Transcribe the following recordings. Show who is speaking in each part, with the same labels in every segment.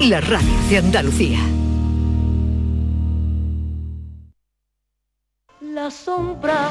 Speaker 1: la radio de Andalucía.
Speaker 2: La sombra,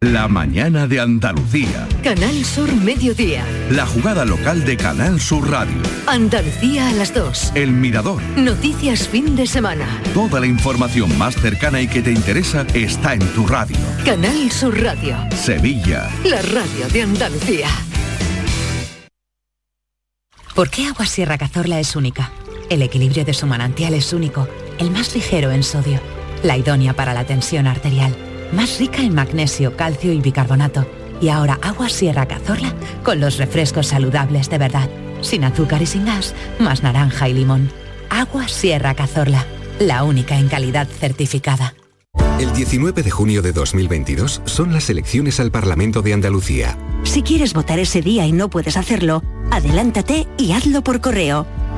Speaker 3: La mañana de Andalucía.
Speaker 1: Canal Sur Mediodía.
Speaker 3: La jugada local de Canal Sur Radio.
Speaker 1: Andalucía a las 2.
Speaker 3: El Mirador.
Speaker 1: Noticias fin de semana.
Speaker 3: Toda la información más cercana y que te interesa está en tu radio.
Speaker 1: Canal Sur Radio.
Speaker 3: Sevilla.
Speaker 1: La radio de Andalucía.
Speaker 4: ¿Por qué Agua Sierra Cazorla es única? El equilibrio de su manantial es único, el más ligero en sodio, la idónea para la tensión arterial más rica en magnesio, calcio y bicarbonato. Y ahora agua Sierra Cazorla con los refrescos saludables de verdad, sin azúcar y sin gas, más naranja y limón. Agua Sierra Cazorla, la única en calidad certificada.
Speaker 5: El 19 de junio de 2022 son las elecciones al Parlamento de Andalucía.
Speaker 6: Si quieres votar ese día y no puedes hacerlo, adelántate y hazlo por correo.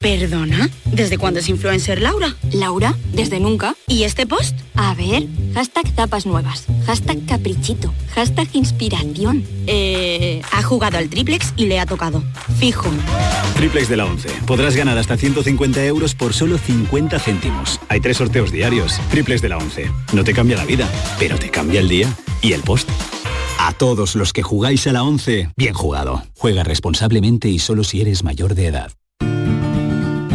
Speaker 7: Perdona, ¿desde cuándo es influencer Laura?
Speaker 8: Laura, desde nunca.
Speaker 7: ¿Y este post?
Speaker 8: A ver, hashtag tapas nuevas, hashtag caprichito, hashtag inspiración.
Speaker 7: Eh, ha jugado al triplex y le ha tocado. Fijo.
Speaker 9: Triplex de la 11. Podrás ganar hasta 150 euros por solo 50 céntimos. Hay tres sorteos diarios. Triplex de la 11. No te cambia la vida, pero te cambia el día y el post. A todos los que jugáis a la 11, bien jugado. Juega responsablemente y solo si eres mayor de edad.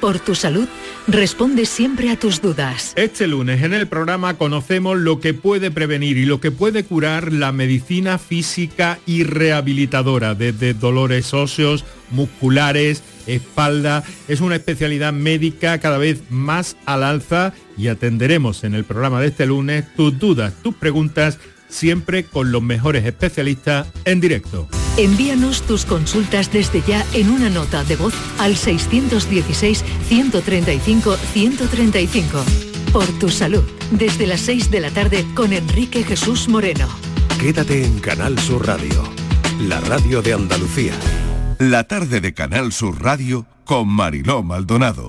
Speaker 1: por tu salud, responde siempre a tus dudas.
Speaker 10: Este lunes en el programa conocemos lo que puede prevenir y lo que puede curar la medicina física y rehabilitadora, desde dolores óseos, musculares, espalda. Es una especialidad médica cada vez más al alza y atenderemos en el programa de este lunes tus dudas, tus preguntas, siempre con los mejores especialistas en directo.
Speaker 1: Envíanos tus consultas desde ya en una nota de voz al 616-135-135. Por tu salud, desde las 6 de la tarde con Enrique Jesús Moreno.
Speaker 3: Quédate en Canal Sur Radio, la radio de Andalucía. La tarde de Canal Sur Radio con Mariló Maldonado.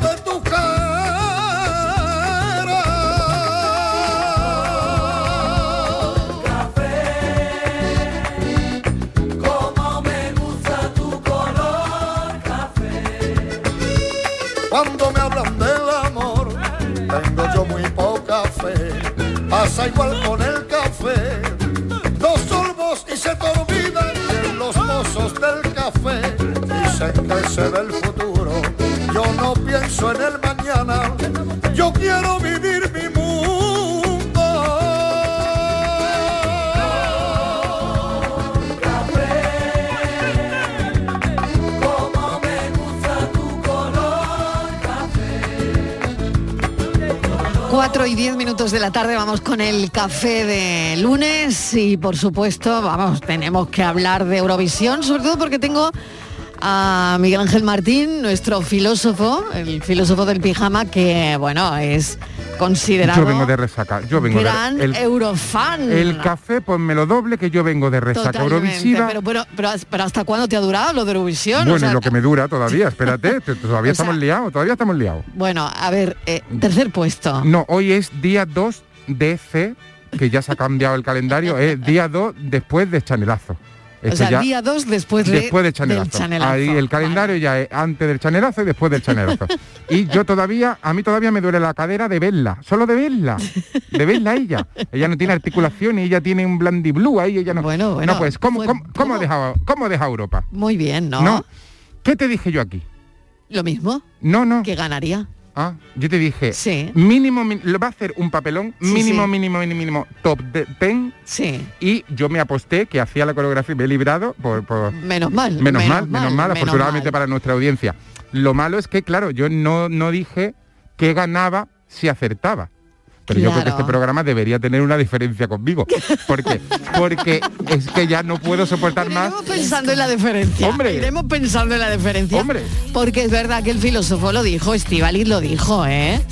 Speaker 11: de tu cara.
Speaker 2: Como me gusta tu color café.
Speaker 11: Cuando me hablan del amor, tengo yo muy poca fe. Pasa igual con el café. Dos sorbos y se te olvida que los mozos del café. Dicen que se ve el futuro. Yo no pienso en el mañana. Yo quiero vivir mi mundo.
Speaker 2: Como me gusta tu color café.
Speaker 12: 4 y 10 minutos de la tarde vamos con el café de lunes y por supuesto vamos, tenemos que hablar de Eurovisión, sobre todo porque tengo a Miguel Ángel Martín, nuestro filósofo, el filósofo del pijama, que bueno, es
Speaker 13: Yo vengo
Speaker 12: considerado
Speaker 13: de resaca, yo vengo
Speaker 12: gran
Speaker 13: de el,
Speaker 12: eurofan.
Speaker 13: el café, ponmelo doble, que yo vengo de resaca
Speaker 12: Totalmente,
Speaker 13: eurovisiva.
Speaker 12: pero, bueno, pero, pero ¿hasta cuándo te ha durado lo de Eurovisión?
Speaker 13: Bueno,
Speaker 12: O sea,
Speaker 13: y lo que me dura todavía, espérate, te- todavía
Speaker 12: O sea-
Speaker 13: estamos liados, todavía estamos liados.
Speaker 12: Bueno, a ver, eh, tercer puesto.
Speaker 13: No, hoy es día 2 de C, que ya se ha cambiado el calendario, es día 2 después de Chanelazo.
Speaker 12: o
Speaker 13: Esto
Speaker 12: sea,
Speaker 13: ya-
Speaker 12: día 2 después, de,
Speaker 13: después
Speaker 12: del
Speaker 13: del chanelazo.
Speaker 12: Chanelazo.
Speaker 13: Ahí el calendario ya es antes del chanelazo y después del chanelazo. y yo todavía, a mí todavía me duele la cadera de verla, solo de verla, de verla a ella. Ella no tiene articulaciones, ella tiene un blandiblue ahí, ella no. Bueno,
Speaker 12: bueno,
Speaker 13: No, pues, ¿cómo, cómo, cómo ha dejado, cómo ha dejado Europa?
Speaker 12: Muy bien, ¿no?
Speaker 13: ¿Qué te dije yo aquí?
Speaker 12: Lo mismo.
Speaker 13: No, no.
Speaker 12: Que ganaría.
Speaker 13: Ah, yo te dije, mínimo, mi- lo va a hacer un papelón,
Speaker 12: Sí,
Speaker 13: mínimo,
Speaker 12: sí.
Speaker 13: mínimo, mínimo, mínimo, top de, 10.
Speaker 12: Sí.
Speaker 13: Y yo me aposté que hacía la coreografía y me he librado por... por-
Speaker 12: Menos mal.
Speaker 13: Menos, mal, menos mal,
Speaker 12: menos
Speaker 13: afortunadamente
Speaker 12: mal.
Speaker 13: para nuestra audiencia. Lo malo es que, claro, yo no, no dije que ganaba si acertaba. Pero yo creo que
Speaker 12: Claro.
Speaker 13: este programa debería tener una diferencia conmigo. ¿Por qué? Porque es que ya no puedo soportar más.
Speaker 12: pensando en la diferencia.
Speaker 13: Hombre.
Speaker 12: Iremos pensando en la diferencia.
Speaker 13: Hombre.
Speaker 12: Porque es verdad que el filósofo lo dijo, Estivaliz lo dijo, ¿eh?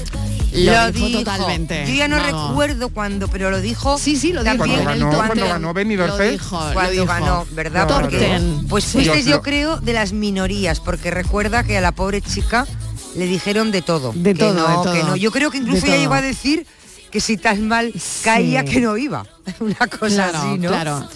Speaker 12: Lo, dijo, totalmente.
Speaker 14: Yo ya no
Speaker 12: Vamos.
Speaker 14: recuerdo cuándo, pero lo dijo.
Speaker 12: Sí, sí, lo dijo.
Speaker 13: Cuando ganó- cuando ganó Benidorm Lo Fest. dijo, lo
Speaker 14: Cuando
Speaker 13: dijo.
Speaker 14: ganó, ¿verdad?
Speaker 13: Top
Speaker 14: Porque-
Speaker 13: ten.
Speaker 14: Pues
Speaker 13: Sí.
Speaker 14: fuiste,
Speaker 13: Yo
Speaker 14: yo,
Speaker 13: creo-
Speaker 14: creo, de las minorías, porque recuerda que a la pobre chica le dijeron de todo. De
Speaker 12: todo,
Speaker 14: no,
Speaker 12: de todo.
Speaker 14: que no. Yo creo que incluso
Speaker 12: De
Speaker 14: ella
Speaker 12: todo.
Speaker 14: iba a decir que si tan mal caía que no iba. Una cosa
Speaker 12: Claro,
Speaker 14: así, ¿no?
Speaker 12: claro.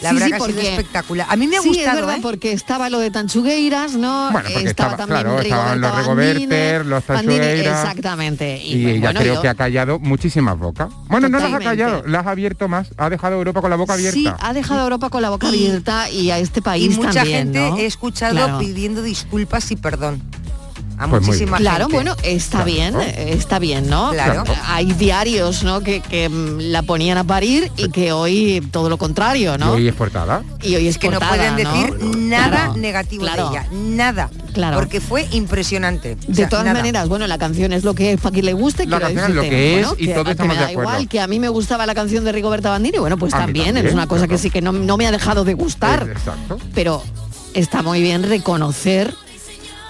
Speaker 14: La
Speaker 12: Sí,
Speaker 14: verdad
Speaker 12: sí,
Speaker 14: que ha sido
Speaker 12: porque-
Speaker 14: espectacular. A mí me ha
Speaker 12: Sí,
Speaker 14: gustado,
Speaker 12: es verdad,
Speaker 14: ¿eh?
Speaker 12: porque estaba lo de Tanchugueiras, ¿no?
Speaker 13: Bueno, porque estaba,
Speaker 12: también
Speaker 13: claro, estaban los
Speaker 12: Rigoberta
Speaker 13: Regoberter,
Speaker 12: Bandini,
Speaker 13: los
Speaker 12: Bandini,
Speaker 13: Tanchugueiras.
Speaker 12: Exactamente.
Speaker 13: Y,
Speaker 12: bueno,
Speaker 13: ella creo
Speaker 12: yo-
Speaker 13: que ha callado muchísimas bocas. Bueno, no las ha
Speaker 12: Totalmente.
Speaker 13: callado, las ha abierto más. Ha dejado a Europa con la boca abierta.
Speaker 12: Sí, ha dejado a Europa con la boca abierta y a este país
Speaker 14: Y mucha
Speaker 12: también,
Speaker 14: gente
Speaker 12: ¿no?
Speaker 14: he escuchado
Speaker 12: Claro.
Speaker 14: pidiendo disculpas y perdón. A
Speaker 12: Pues muy
Speaker 14: muchísima
Speaker 12: bien.
Speaker 14: gente.
Speaker 12: Claro, bueno, está bien, eh, está bien, ¿no?
Speaker 14: Claro.
Speaker 12: Hay diarios, ¿no? Que, que, mm, la ponían a parir y que hoy todo lo contrario, ¿no?
Speaker 13: Y hoy es portada.
Speaker 12: Y hoy es
Speaker 14: que no
Speaker 12: portada,
Speaker 14: pueden decir nada
Speaker 12: Claro,
Speaker 14: negativo
Speaker 12: claro.
Speaker 14: de ella, nada,
Speaker 12: Claro.
Speaker 14: porque fue impresionante. O
Speaker 12: De
Speaker 14: sea,
Speaker 12: todas
Speaker 14: nada.
Speaker 12: maneras, bueno, la canción es lo que es, para quien le guste,
Speaker 14: La
Speaker 12: quiero
Speaker 14: canción es
Speaker 12: decirte,
Speaker 14: lo que es
Speaker 12: bueno,
Speaker 14: y todos
Speaker 12: a-
Speaker 14: estamos
Speaker 12: me da
Speaker 14: de acuerdo.
Speaker 12: igual, que a mí me gustaba la canción de Rigoberta Bandini, bueno, pues
Speaker 13: A mí
Speaker 12: también, es
Speaker 13: también,
Speaker 12: una cosa
Speaker 13: claro.
Speaker 12: que sí que no, no me ha dejado de gustar,
Speaker 13: Exacto.
Speaker 12: pero está muy bien reconocer,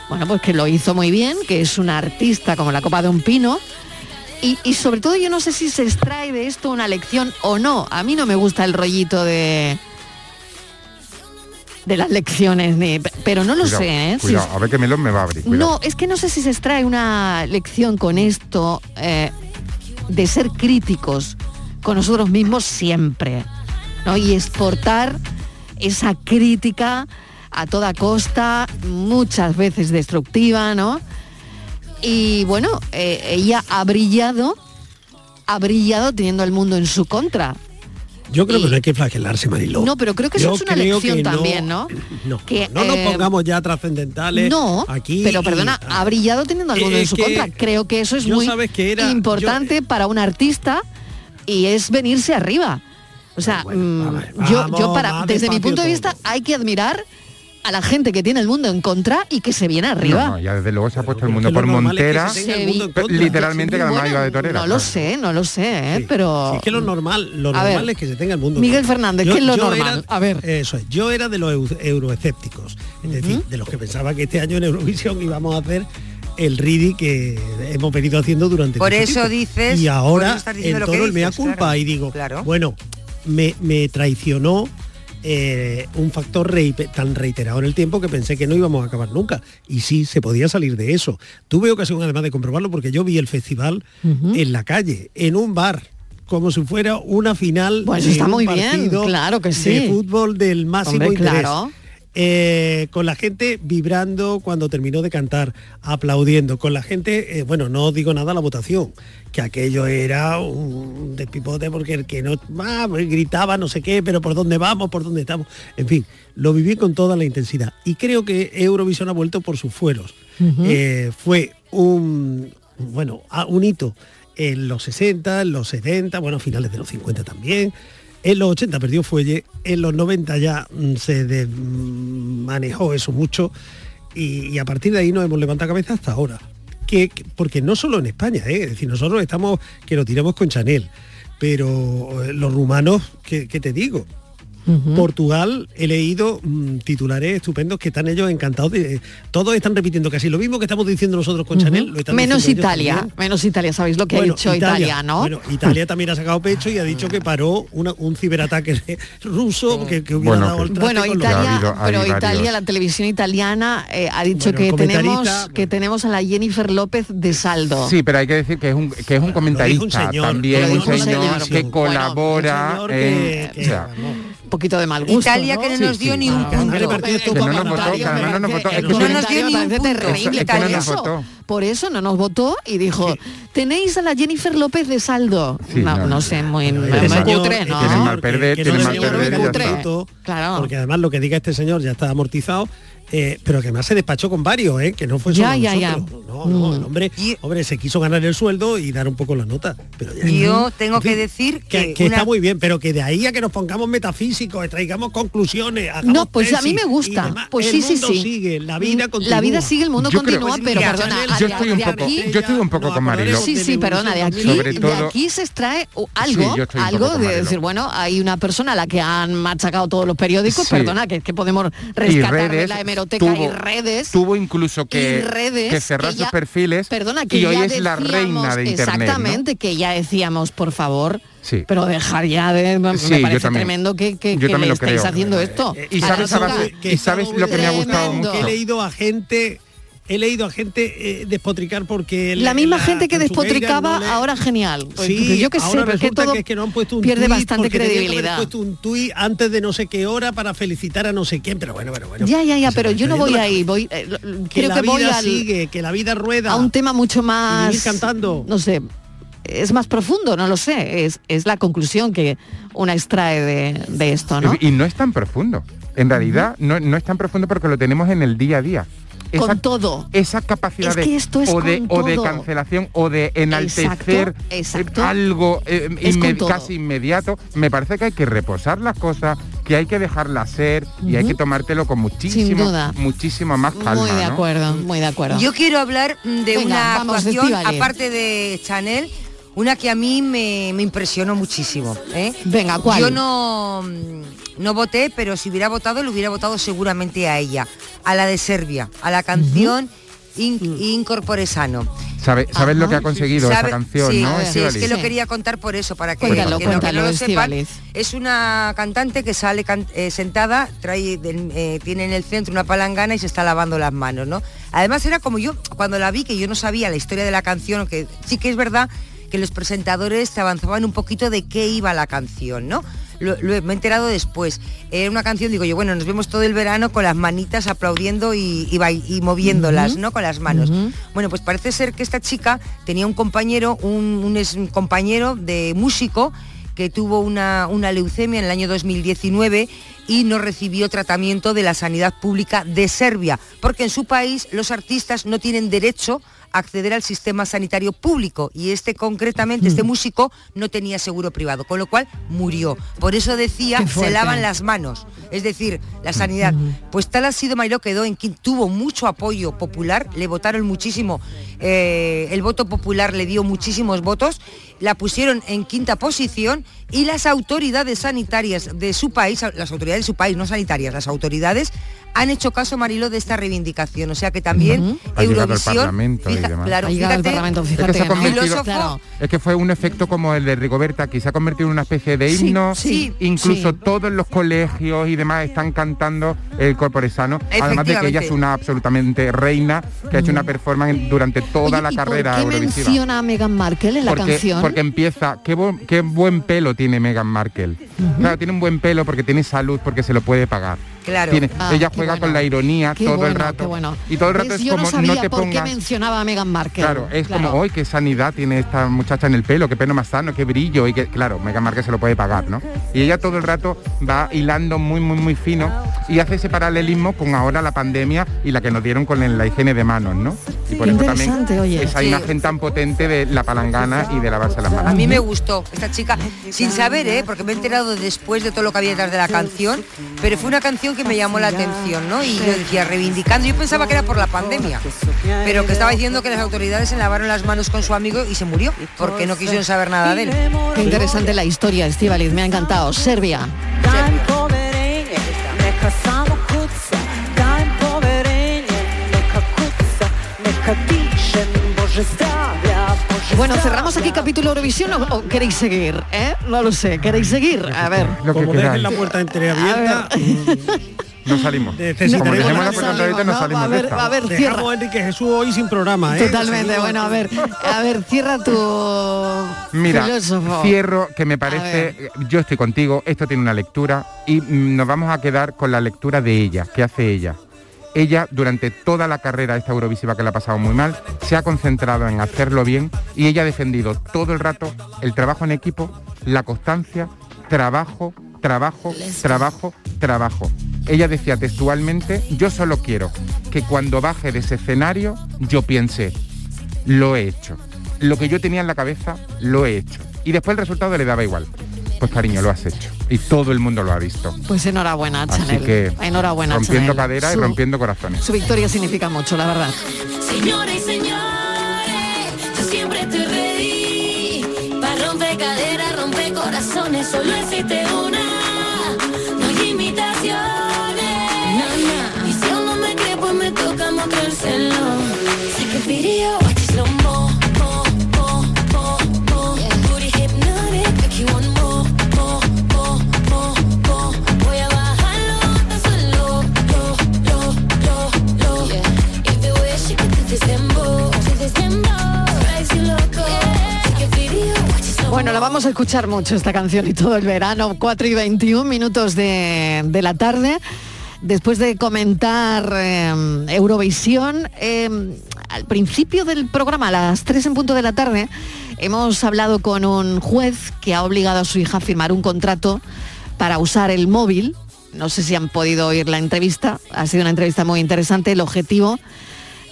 Speaker 12: bueno, pues que lo hizo muy bien, que es una artista como la copa de un pino. Y, y sobre todo yo no sé si se extrae de esto una lección o no. A mí no me gusta el rollito de de las lecciones, ni- pero no lo
Speaker 13: Cuidado,
Speaker 12: sé. ¿eh? Si-
Speaker 13: Cuidado, a ver qué melón me va a abrir. cuidado.
Speaker 12: no, es que no sé si se extrae una lección con esto eh, de ser críticos con nosotros mismos siempre, ¿no? Y exportar esa crítica a toda costa, muchas veces destructiva, ¿no? Y bueno, eh, ella ha brillado, ha brillado teniendo el mundo en su contra.
Speaker 15: Yo creo que no hay que flagelarse, Mariló.
Speaker 12: No, pero creo que eso
Speaker 15: Yo
Speaker 12: es una
Speaker 15: creo
Speaker 12: lección
Speaker 15: que no-
Speaker 12: también, ¿no?
Speaker 15: No,
Speaker 12: Que,
Speaker 15: no nos
Speaker 12: eh,
Speaker 15: pongamos ya trascendentales
Speaker 12: No,
Speaker 15: aquí.
Speaker 12: pero
Speaker 15: y-
Speaker 12: perdona, ha brillado teniendo al
Speaker 15: Eh,
Speaker 12: mundo en
Speaker 15: es
Speaker 12: su
Speaker 15: que
Speaker 12: contra. Creo que eso es
Speaker 15: yo
Speaker 12: muy
Speaker 15: sabes que era-
Speaker 12: importante para un artista y es venirse arriba. O sea, mm, yo, yo
Speaker 15: Vamos,
Speaker 12: para,
Speaker 15: más
Speaker 12: desde mi
Speaker 15: despacio
Speaker 12: punto de
Speaker 15: todo.
Speaker 12: vista hay que admirar a la gente que tiene el mundo en contra y que se viene arriba.
Speaker 13: No,
Speaker 12: No,
Speaker 13: no, ya desde luego se ha puesto el mundo por Montera, pero literalmente que además iba de torera.
Speaker 12: lo sé, no lo sé, ¿eh? pero...
Speaker 15: Sí, es que lo normal, lo
Speaker 12: A
Speaker 15: normal
Speaker 12: ver.
Speaker 15: es que se tenga el mundo.
Speaker 12: Miguel
Speaker 15: entero.
Speaker 12: Fernández, ¿qué es lo normal?
Speaker 15: a ver. Eso es, yo era de los eu- euroescépticos, es decir, de los que pensaba que este año en Eurovisión íbamos a hacer el ridi que hemos venido haciendo durante
Speaker 14: Por
Speaker 15: mucho
Speaker 14: eso
Speaker 15: tiempo.
Speaker 14: dices-
Speaker 15: y
Speaker 14: por eso
Speaker 15: ahora
Speaker 14: estás diciendo
Speaker 15: el
Speaker 14: lo que
Speaker 15: toro me da
Speaker 14: dices,
Speaker 15: culpa
Speaker 14: claro,
Speaker 15: y digo
Speaker 14: claro.
Speaker 15: bueno me, me traicionó eh, un factor rei- tan reiterado en el tiempo que pensé que no íbamos a acabar nunca. Y sí, se podía salir de eso. Tuve ocasión además de comprobarlo porque yo vi el festival en la calle, en un bar, como si fuera una final
Speaker 12: Pues
Speaker 15: de
Speaker 12: está
Speaker 15: un
Speaker 12: muy bien,
Speaker 15: partido
Speaker 12: claro que sí.
Speaker 15: de fútbol del máximo
Speaker 12: Hombre,
Speaker 15: interés.
Speaker 12: claro.
Speaker 15: Eh, con la gente vibrando cuando terminó de cantar, aplaudiendo, con la gente, eh, bueno, no digo nada a la votación, que aquello era un despipote porque el que no ah, pues gritaba no sé qué, pero por dónde vamos, por dónde estamos, en fin, lo viví con toda la intensidad y creo que Eurovisión ha vuelto por sus fueros.
Speaker 2: Ujú.
Speaker 15: Eh, fue un, bueno, a- un hito en los 60, en los 70, bueno, a finales de los 50 también. En los 80 perdió fuelle, en los 90 ya mm, se de- mm, manejó eso mucho y, y a partir de ahí nos hemos levantado cabeza hasta ahora. Que, que- porque no solo en España, ¿eh? es decir, nosotros estamos que lo tiramos con Chanel, pero eh, los rumanos, ¿qué, qué te digo? Portugal, he leído mm, titulares estupendos que están ellos encantados de... Todos están repitiendo casi lo mismo que estamos diciendo nosotros con Chanel. lo están
Speaker 12: Menos
Speaker 15: diciendo ellos
Speaker 12: Italia,
Speaker 15: también.
Speaker 12: menos Italia, ¿sabéis lo que
Speaker 15: Bueno,
Speaker 12: ha hecho Italia, no?
Speaker 15: Bueno, Italia también ha sacado pecho y ha dicho que paró una- un ciberataque de- ruso que, que hubiera
Speaker 13: Bueno,
Speaker 15: dado el traste
Speaker 12: Bueno,
Speaker 15: con los-
Speaker 12: Italia, pero Italia, la televisión italiana eh, ha dicho
Speaker 13: Bueno,
Speaker 12: que
Speaker 13: comentarista,
Speaker 12: tenemos que tenemos a la Jennifer López de saldo.
Speaker 13: Sí, pero hay que decir que es un, que es un comentarista
Speaker 15: señor,
Speaker 13: también,
Speaker 15: lo
Speaker 13: un
Speaker 15: dijo un
Speaker 13: señor,
Speaker 15: señor, sí.
Speaker 13: que colabora
Speaker 15: señor
Speaker 13: en-
Speaker 15: que-
Speaker 13: o sea,
Speaker 12: Un poquito de mal gusto.
Speaker 14: Italia que no nos dio ni
Speaker 13: Ah,
Speaker 14: un punto.
Speaker 13: que no nos votó, que además no nos votó.
Speaker 12: El
Speaker 13: Es que-
Speaker 12: comentario parece terrible,
Speaker 13: Es que
Speaker 12: tal
Speaker 13: no
Speaker 12: vez
Speaker 13: nos
Speaker 12: eso.
Speaker 13: votó.
Speaker 12: Por eso no nos votó y dijo, tenéis a la Jennifer López de saldo.
Speaker 13: Sí,
Speaker 12: no,
Speaker 13: no.
Speaker 12: no sé, muy, muy
Speaker 15: Ese este señor,
Speaker 12: cutre,
Speaker 15: ese
Speaker 12: ¿no?
Speaker 13: Tienen mal
Speaker 15: que-
Speaker 13: perder,
Speaker 15: que no
Speaker 13: tienen
Speaker 15: es
Speaker 13: mal
Speaker 15: señor
Speaker 13: perder,
Speaker 15: muy
Speaker 13: ya está.
Speaker 15: bruto,
Speaker 12: Claro.
Speaker 15: Porque además lo que diga este señor ya está amortizado, eh, pero que además se despachó con varios, eh, que no fue solo
Speaker 12: Ya, ya, ya. Mm.
Speaker 15: nosotros. No, no, el hombre, hombre, se quiso ganar el sueldo y dar un poco la nota. Pero ya-
Speaker 14: Yo tengo
Speaker 15: En fin,
Speaker 14: que decir
Speaker 15: que,
Speaker 14: que,
Speaker 15: que
Speaker 14: una-
Speaker 15: está muy bien, pero que de ahí a que nos pongamos metafísicos, traigamos conclusiones. hagamos
Speaker 12: No, pues a mí
Speaker 15: tesis
Speaker 12: me
Speaker 15: y
Speaker 12: gusta.
Speaker 15: demás,
Speaker 12: Pues
Speaker 15: el
Speaker 12: sí, sí,
Speaker 15: mundo
Speaker 12: sí.
Speaker 15: sigue, la vida continúa.
Speaker 12: La vida sigue, el mundo
Speaker 13: Yo creo-
Speaker 12: continúa, pero perdona,
Speaker 13: yo
Speaker 12: de-
Speaker 13: estoy un
Speaker 12: de
Speaker 13: poco,
Speaker 12: aquí-
Speaker 13: yo estoy un poco con Marilo.
Speaker 12: Sí, sí, perdona, de aquí,
Speaker 13: Sobre todo,
Speaker 12: de aquí se extrae o-
Speaker 13: Sí,
Speaker 12: algo,
Speaker 13: yo estoy un poco
Speaker 12: algo
Speaker 13: con
Speaker 12: de
Speaker 13: Mariló.
Speaker 12: decir, bueno, hay una persona a la que han machacado todos los periódicos,
Speaker 13: Sí.
Speaker 12: perdona, que, que podemos
Speaker 13: y
Speaker 12: rescatar de
Speaker 13: redes
Speaker 12: la hemeroteca y redes.
Speaker 13: tuvo incluso que,
Speaker 12: y redes
Speaker 13: que cerrar
Speaker 12: que
Speaker 13: sus
Speaker 12: ya-
Speaker 13: perfiles
Speaker 12: Perdona, que
Speaker 13: y hoy
Speaker 12: ya
Speaker 13: es la
Speaker 12: decíamos-
Speaker 13: reina de internet. ¿no?
Speaker 12: Exactamente, que ya decíamos, por favor,
Speaker 13: Sí.
Speaker 12: pero dejar ya de... Me
Speaker 13: Sí, yo
Speaker 12: parece
Speaker 13: también.
Speaker 12: tremendo que, que,
Speaker 13: Yo
Speaker 12: que
Speaker 13: también
Speaker 12: le
Speaker 13: lo
Speaker 12: estáis
Speaker 13: creo. Eh,
Speaker 12: haciendo esto.
Speaker 13: Y
Speaker 12: A
Speaker 13: sabes,
Speaker 12: la
Speaker 13: sabes-
Speaker 12: altura-
Speaker 13: y sabes lo que me ha gustado
Speaker 12: Tremendo.
Speaker 13: mucho.
Speaker 15: Que he leído a gente, he leído a gente eh, despotricar porque el-
Speaker 12: La misma gente que
Speaker 15: en su
Speaker 12: despotricaba,
Speaker 15: Beira no le-
Speaker 12: ahora genial. Pues,
Speaker 15: Sí,
Speaker 12: yo que sé,
Speaker 15: ahora
Speaker 12: pero es que
Speaker 15: resulta
Speaker 12: todo
Speaker 15: que es que no han puesto un
Speaker 12: pierde
Speaker 15: tuit
Speaker 12: bastante
Speaker 15: porque tenían que haber
Speaker 12: credibilidad.
Speaker 15: puesto un tuit antes de no sé qué hora para felicitar a no sé quién, pero bueno, bueno, bueno.
Speaker 12: ya, ya, ya,
Speaker 13: pues,
Speaker 12: pero yo no
Speaker 15: yendo
Speaker 12: voy
Speaker 15: la-
Speaker 12: ahí. Voy, eh, lo-
Speaker 15: que
Speaker 12: creo
Speaker 15: la
Speaker 12: que voy
Speaker 15: vida
Speaker 12: al-
Speaker 15: sigue, que la vida rueda.
Speaker 12: a un tema mucho más...
Speaker 15: vivir cantando.
Speaker 12: No sé, es más profundo, no lo sé. Es, es la conclusión que una extrae de, de esto, ¿no?
Speaker 13: Y no es tan profundo. En realidad no, no es tan profundo porque lo tenemos en el día a día. Esa,
Speaker 12: con todo.
Speaker 13: esa capacidad
Speaker 12: Es
Speaker 13: de-
Speaker 12: que esto es
Speaker 13: o, de,
Speaker 12: con
Speaker 13: o de
Speaker 12: todo.
Speaker 13: cancelación o de enaltecer
Speaker 12: Exacto, exacto.
Speaker 13: eh, algo eh,
Speaker 12: Es con
Speaker 13: inme-
Speaker 12: todo.
Speaker 13: casi inmediato. Me parece que hay que reposar las cosas, que hay que dejarlas ser y hay
Speaker 12: Ujú.
Speaker 13: que tomártelo con muchísimo,
Speaker 12: duda.
Speaker 13: muchísima más calma.
Speaker 12: muy de
Speaker 13: ¿no?
Speaker 12: acuerdo, muy de acuerdo.
Speaker 14: Yo quiero hablar mm, de
Speaker 12: Venga,
Speaker 14: una
Speaker 12: vamos,
Speaker 14: actuación,
Speaker 12: festivales.
Speaker 14: aparte de Chanel, una que a mí me, me impresionó muchísimo. ¿eh?
Speaker 12: Venga, ¿cuál?
Speaker 14: Yo no, mm, no voté, pero si hubiera votado, le hubiera votado seguramente a ella, a la de Serbia, a la canción In- Incorpore Sano.
Speaker 13: Sabe- ¿Sabes lo que ha
Speaker 14: Ajá.
Speaker 13: conseguido esa
Speaker 14: Sabe-
Speaker 13: canción?
Speaker 14: sí,
Speaker 13: ¿no,
Speaker 14: sí, es
Speaker 13: Estíbaliz?
Speaker 14: que lo quería contar por eso, para que,
Speaker 13: Cuéntalo,
Speaker 14: que lo que
Speaker 13: cuéntalo,
Speaker 14: no lo sepan,
Speaker 13: Estíbaliz.
Speaker 14: es una cantante que sale can- eh, sentada, trae del- eh, tiene en el centro una palangana y se está lavando las manos, ¿no? Además era como yo, cuando la vi, que yo no sabía la historia de la canción, que sí que es verdad que los presentadores te avanzaban un poquito de qué iba la canción, ¿no? Lo, lo he- me he enterado después. Era una canción, digo yo, bueno, nos vemos todo el verano con las manitas aplaudiendo y, y bai- y moviéndolas,
Speaker 6: Ujú.
Speaker 14: ¿no? Con las manos. Bueno, pues parece ser que esta chica tenía un compañero, un, un es- un compañero de músico que tuvo una, una leucemia en el año 2019 y no recibió tratamiento de la sanidad pública de Serbia, porque en su país los artistas no tienen derecho a acceder al sistema sanitario público y este concretamente, este músico, no tenía seguro privado, con lo cual murió. Por eso decía,
Speaker 6: Qué
Speaker 14: se
Speaker 6: fuerte.
Speaker 14: lavan las manos, es decir, la sanidad. Pues tal ha sido Mariló quedó en quien tuvo mucho apoyo popular, le votaron muchísimo, eh, el voto popular le dio muchísimos votos, la pusieron en quinta posición y las autoridades sanitarias de su país, las autoridades de su país, no sanitarias, las autoridades han hecho caso, Mariló, de esta reivindicación. O sea que también
Speaker 13: Ha llegado al
Speaker 14: Eurovisión...
Speaker 13: Parlamento y demás.
Speaker 14: Claro,
Speaker 12: Ha llegado al
Speaker 14: fíjate,
Speaker 12: Parlamento,
Speaker 13: Es que, se ha convertido-
Speaker 14: filósofo,
Speaker 13: es que fue un efecto como el de Rigoberta aquí, se ha convertido en una especie de himno,
Speaker 14: sí,
Speaker 13: incluso
Speaker 14: sí.
Speaker 13: todos los colegios y demás están cantando el corporezano, además de que ella es
Speaker 12: Efectivamente.
Speaker 13: una absolutamente reina, que ha hecho una performance durante toda la
Speaker 12: ¿Y
Speaker 13: carrera
Speaker 12: por qué
Speaker 13: eurovisiva.
Speaker 12: menciona a Meghan Markle en la
Speaker 13: porque,
Speaker 12: canción?
Speaker 13: porque empieza, qué, bu- qué buen pelo tiene Meghan Markle. Claro, tiene un buen pelo porque tiene salud, porque se lo puede pagar.
Speaker 14: Claro.
Speaker 13: Tiene-
Speaker 12: Ah,
Speaker 13: ella
Speaker 12: qué
Speaker 13: juega con
Speaker 12: bueno.
Speaker 13: la ironía
Speaker 12: Qué
Speaker 13: todo el
Speaker 12: bueno,
Speaker 13: rato.
Speaker 12: qué bueno.
Speaker 13: Y todo el rato
Speaker 12: ¿Ves?
Speaker 13: es
Speaker 12: Yo
Speaker 13: como
Speaker 12: no sabía
Speaker 13: te
Speaker 12: por qué
Speaker 13: pongas.
Speaker 12: mencionaba a Meghan Markle.
Speaker 13: Claro, es
Speaker 12: Claro.
Speaker 13: como hoy qué sanidad tiene esta muchacha en el pelo, qué pelo más sano, qué brillo y que claro, Meghan Markle se lo puede pagar, ¿no? Y ella todo el rato va hilando muy muy muy fino y hace ese paralelismo con ahora la pandemia y la que nos dieron con el- la higiene de manos, ¿no? Y por
Speaker 12: Qué
Speaker 13: eso también
Speaker 12: interesante, oye.
Speaker 13: esa
Speaker 12: Sí.
Speaker 13: imagen tan potente de la palangana y de lavarse las manos.
Speaker 14: A mí me gustó esta chica, sin saber, ¿eh? porque me he enterado después de todo lo que había detrás de la canción, pero fue una canción que me llamó la atención, ¿no? Y yo decía, reivindicando, yo pensaba que era por la pandemia, pero que estaba diciendo que las autoridades se lavaron las manos con su amigo y se murió, porque no quisieron saber nada de él.
Speaker 12: Qué interesante la historia, Estíbaliz, me ha encantado. Serbia.
Speaker 2: Tanto verenje, neka samo kuca, dajem poverenje, neka kuca, neka dišem, Bože zdravlja, Bože
Speaker 12: Bueno, cerramos aquí capítulo Eurovisión o, o queréis seguir, ¿eh? No lo sé, queréis seguir. A ver.
Speaker 15: Como dejen la puerta entreabierta,
Speaker 13: no salimos.
Speaker 15: Necesitaremos
Speaker 13: Como dejemos la
Speaker 15: no
Speaker 13: puerta abierta, no salimos
Speaker 12: a
Speaker 13: de
Speaker 12: ver,
Speaker 13: esta.
Speaker 12: a ver, cierra.
Speaker 15: dejamos a Enrique Jesús hoy sin programa, ¿eh?
Speaker 12: Totalmente, bueno, a ver, a ver, cierra tu
Speaker 13: Mira,
Speaker 12: filósofo.
Speaker 13: cierro que me parece, eh, yo estoy contigo, esto tiene una lectura y mm, nos vamos a quedar con la lectura de ella, que hace ella. Ella durante toda la carrera esta Eurovisiva que la ha pasado muy mal, se ha concentrado en hacerlo bien y ella ha defendido todo el rato el trabajo en equipo, la constancia, trabajo, trabajo, trabajo, trabajo. Ella decía textualmente, yo solo quiero que cuando baje de ese escenario yo piense, lo he hecho. Lo que yo tenía en la cabeza, lo he hecho. Y después el resultado le daba igual. Pues cariño, lo has hecho. Y todo el mundo lo ha visto.
Speaker 12: Pues enhorabuena,
Speaker 13: Así
Speaker 12: Chanel.
Speaker 13: que
Speaker 12: enhorabuena,
Speaker 13: rompiendo
Speaker 12: Chanel.
Speaker 13: cadera y
Speaker 12: Su-
Speaker 13: rompiendo corazones.
Speaker 12: Su victoria significa mucho, la verdad.
Speaker 2: Señores y señores, yo siempre te reí. Para romper caderas, romper corazones, solo existe una. No hay imitaciones. Y si aún no me cree, pues me toca mostrárselo. Sé que video, watch it slow mo, mo, mo, mo, mo. Booty hypnotic, make you want more, more, more, more, more. Voy a bajarlo hasta suelo, lo, lo, lo, lo. If you wish, you could do this dembow, do this dembow. Raise you loco. Take a video, watch it slow
Speaker 12: Bueno, la vamos a escuchar mucho esta canción y todo el verano, 4 y 21 minutos de, de la tarde. Después de comentar eh, Eurovisión, eh, al principio del programa, a las 3 en punto de la tarde, hemos hablado con un juez que ha obligado a su hija a firmar un contrato para usar el móvil. No sé si han podido oír la entrevista, ha sido una entrevista muy interesante. El objetivo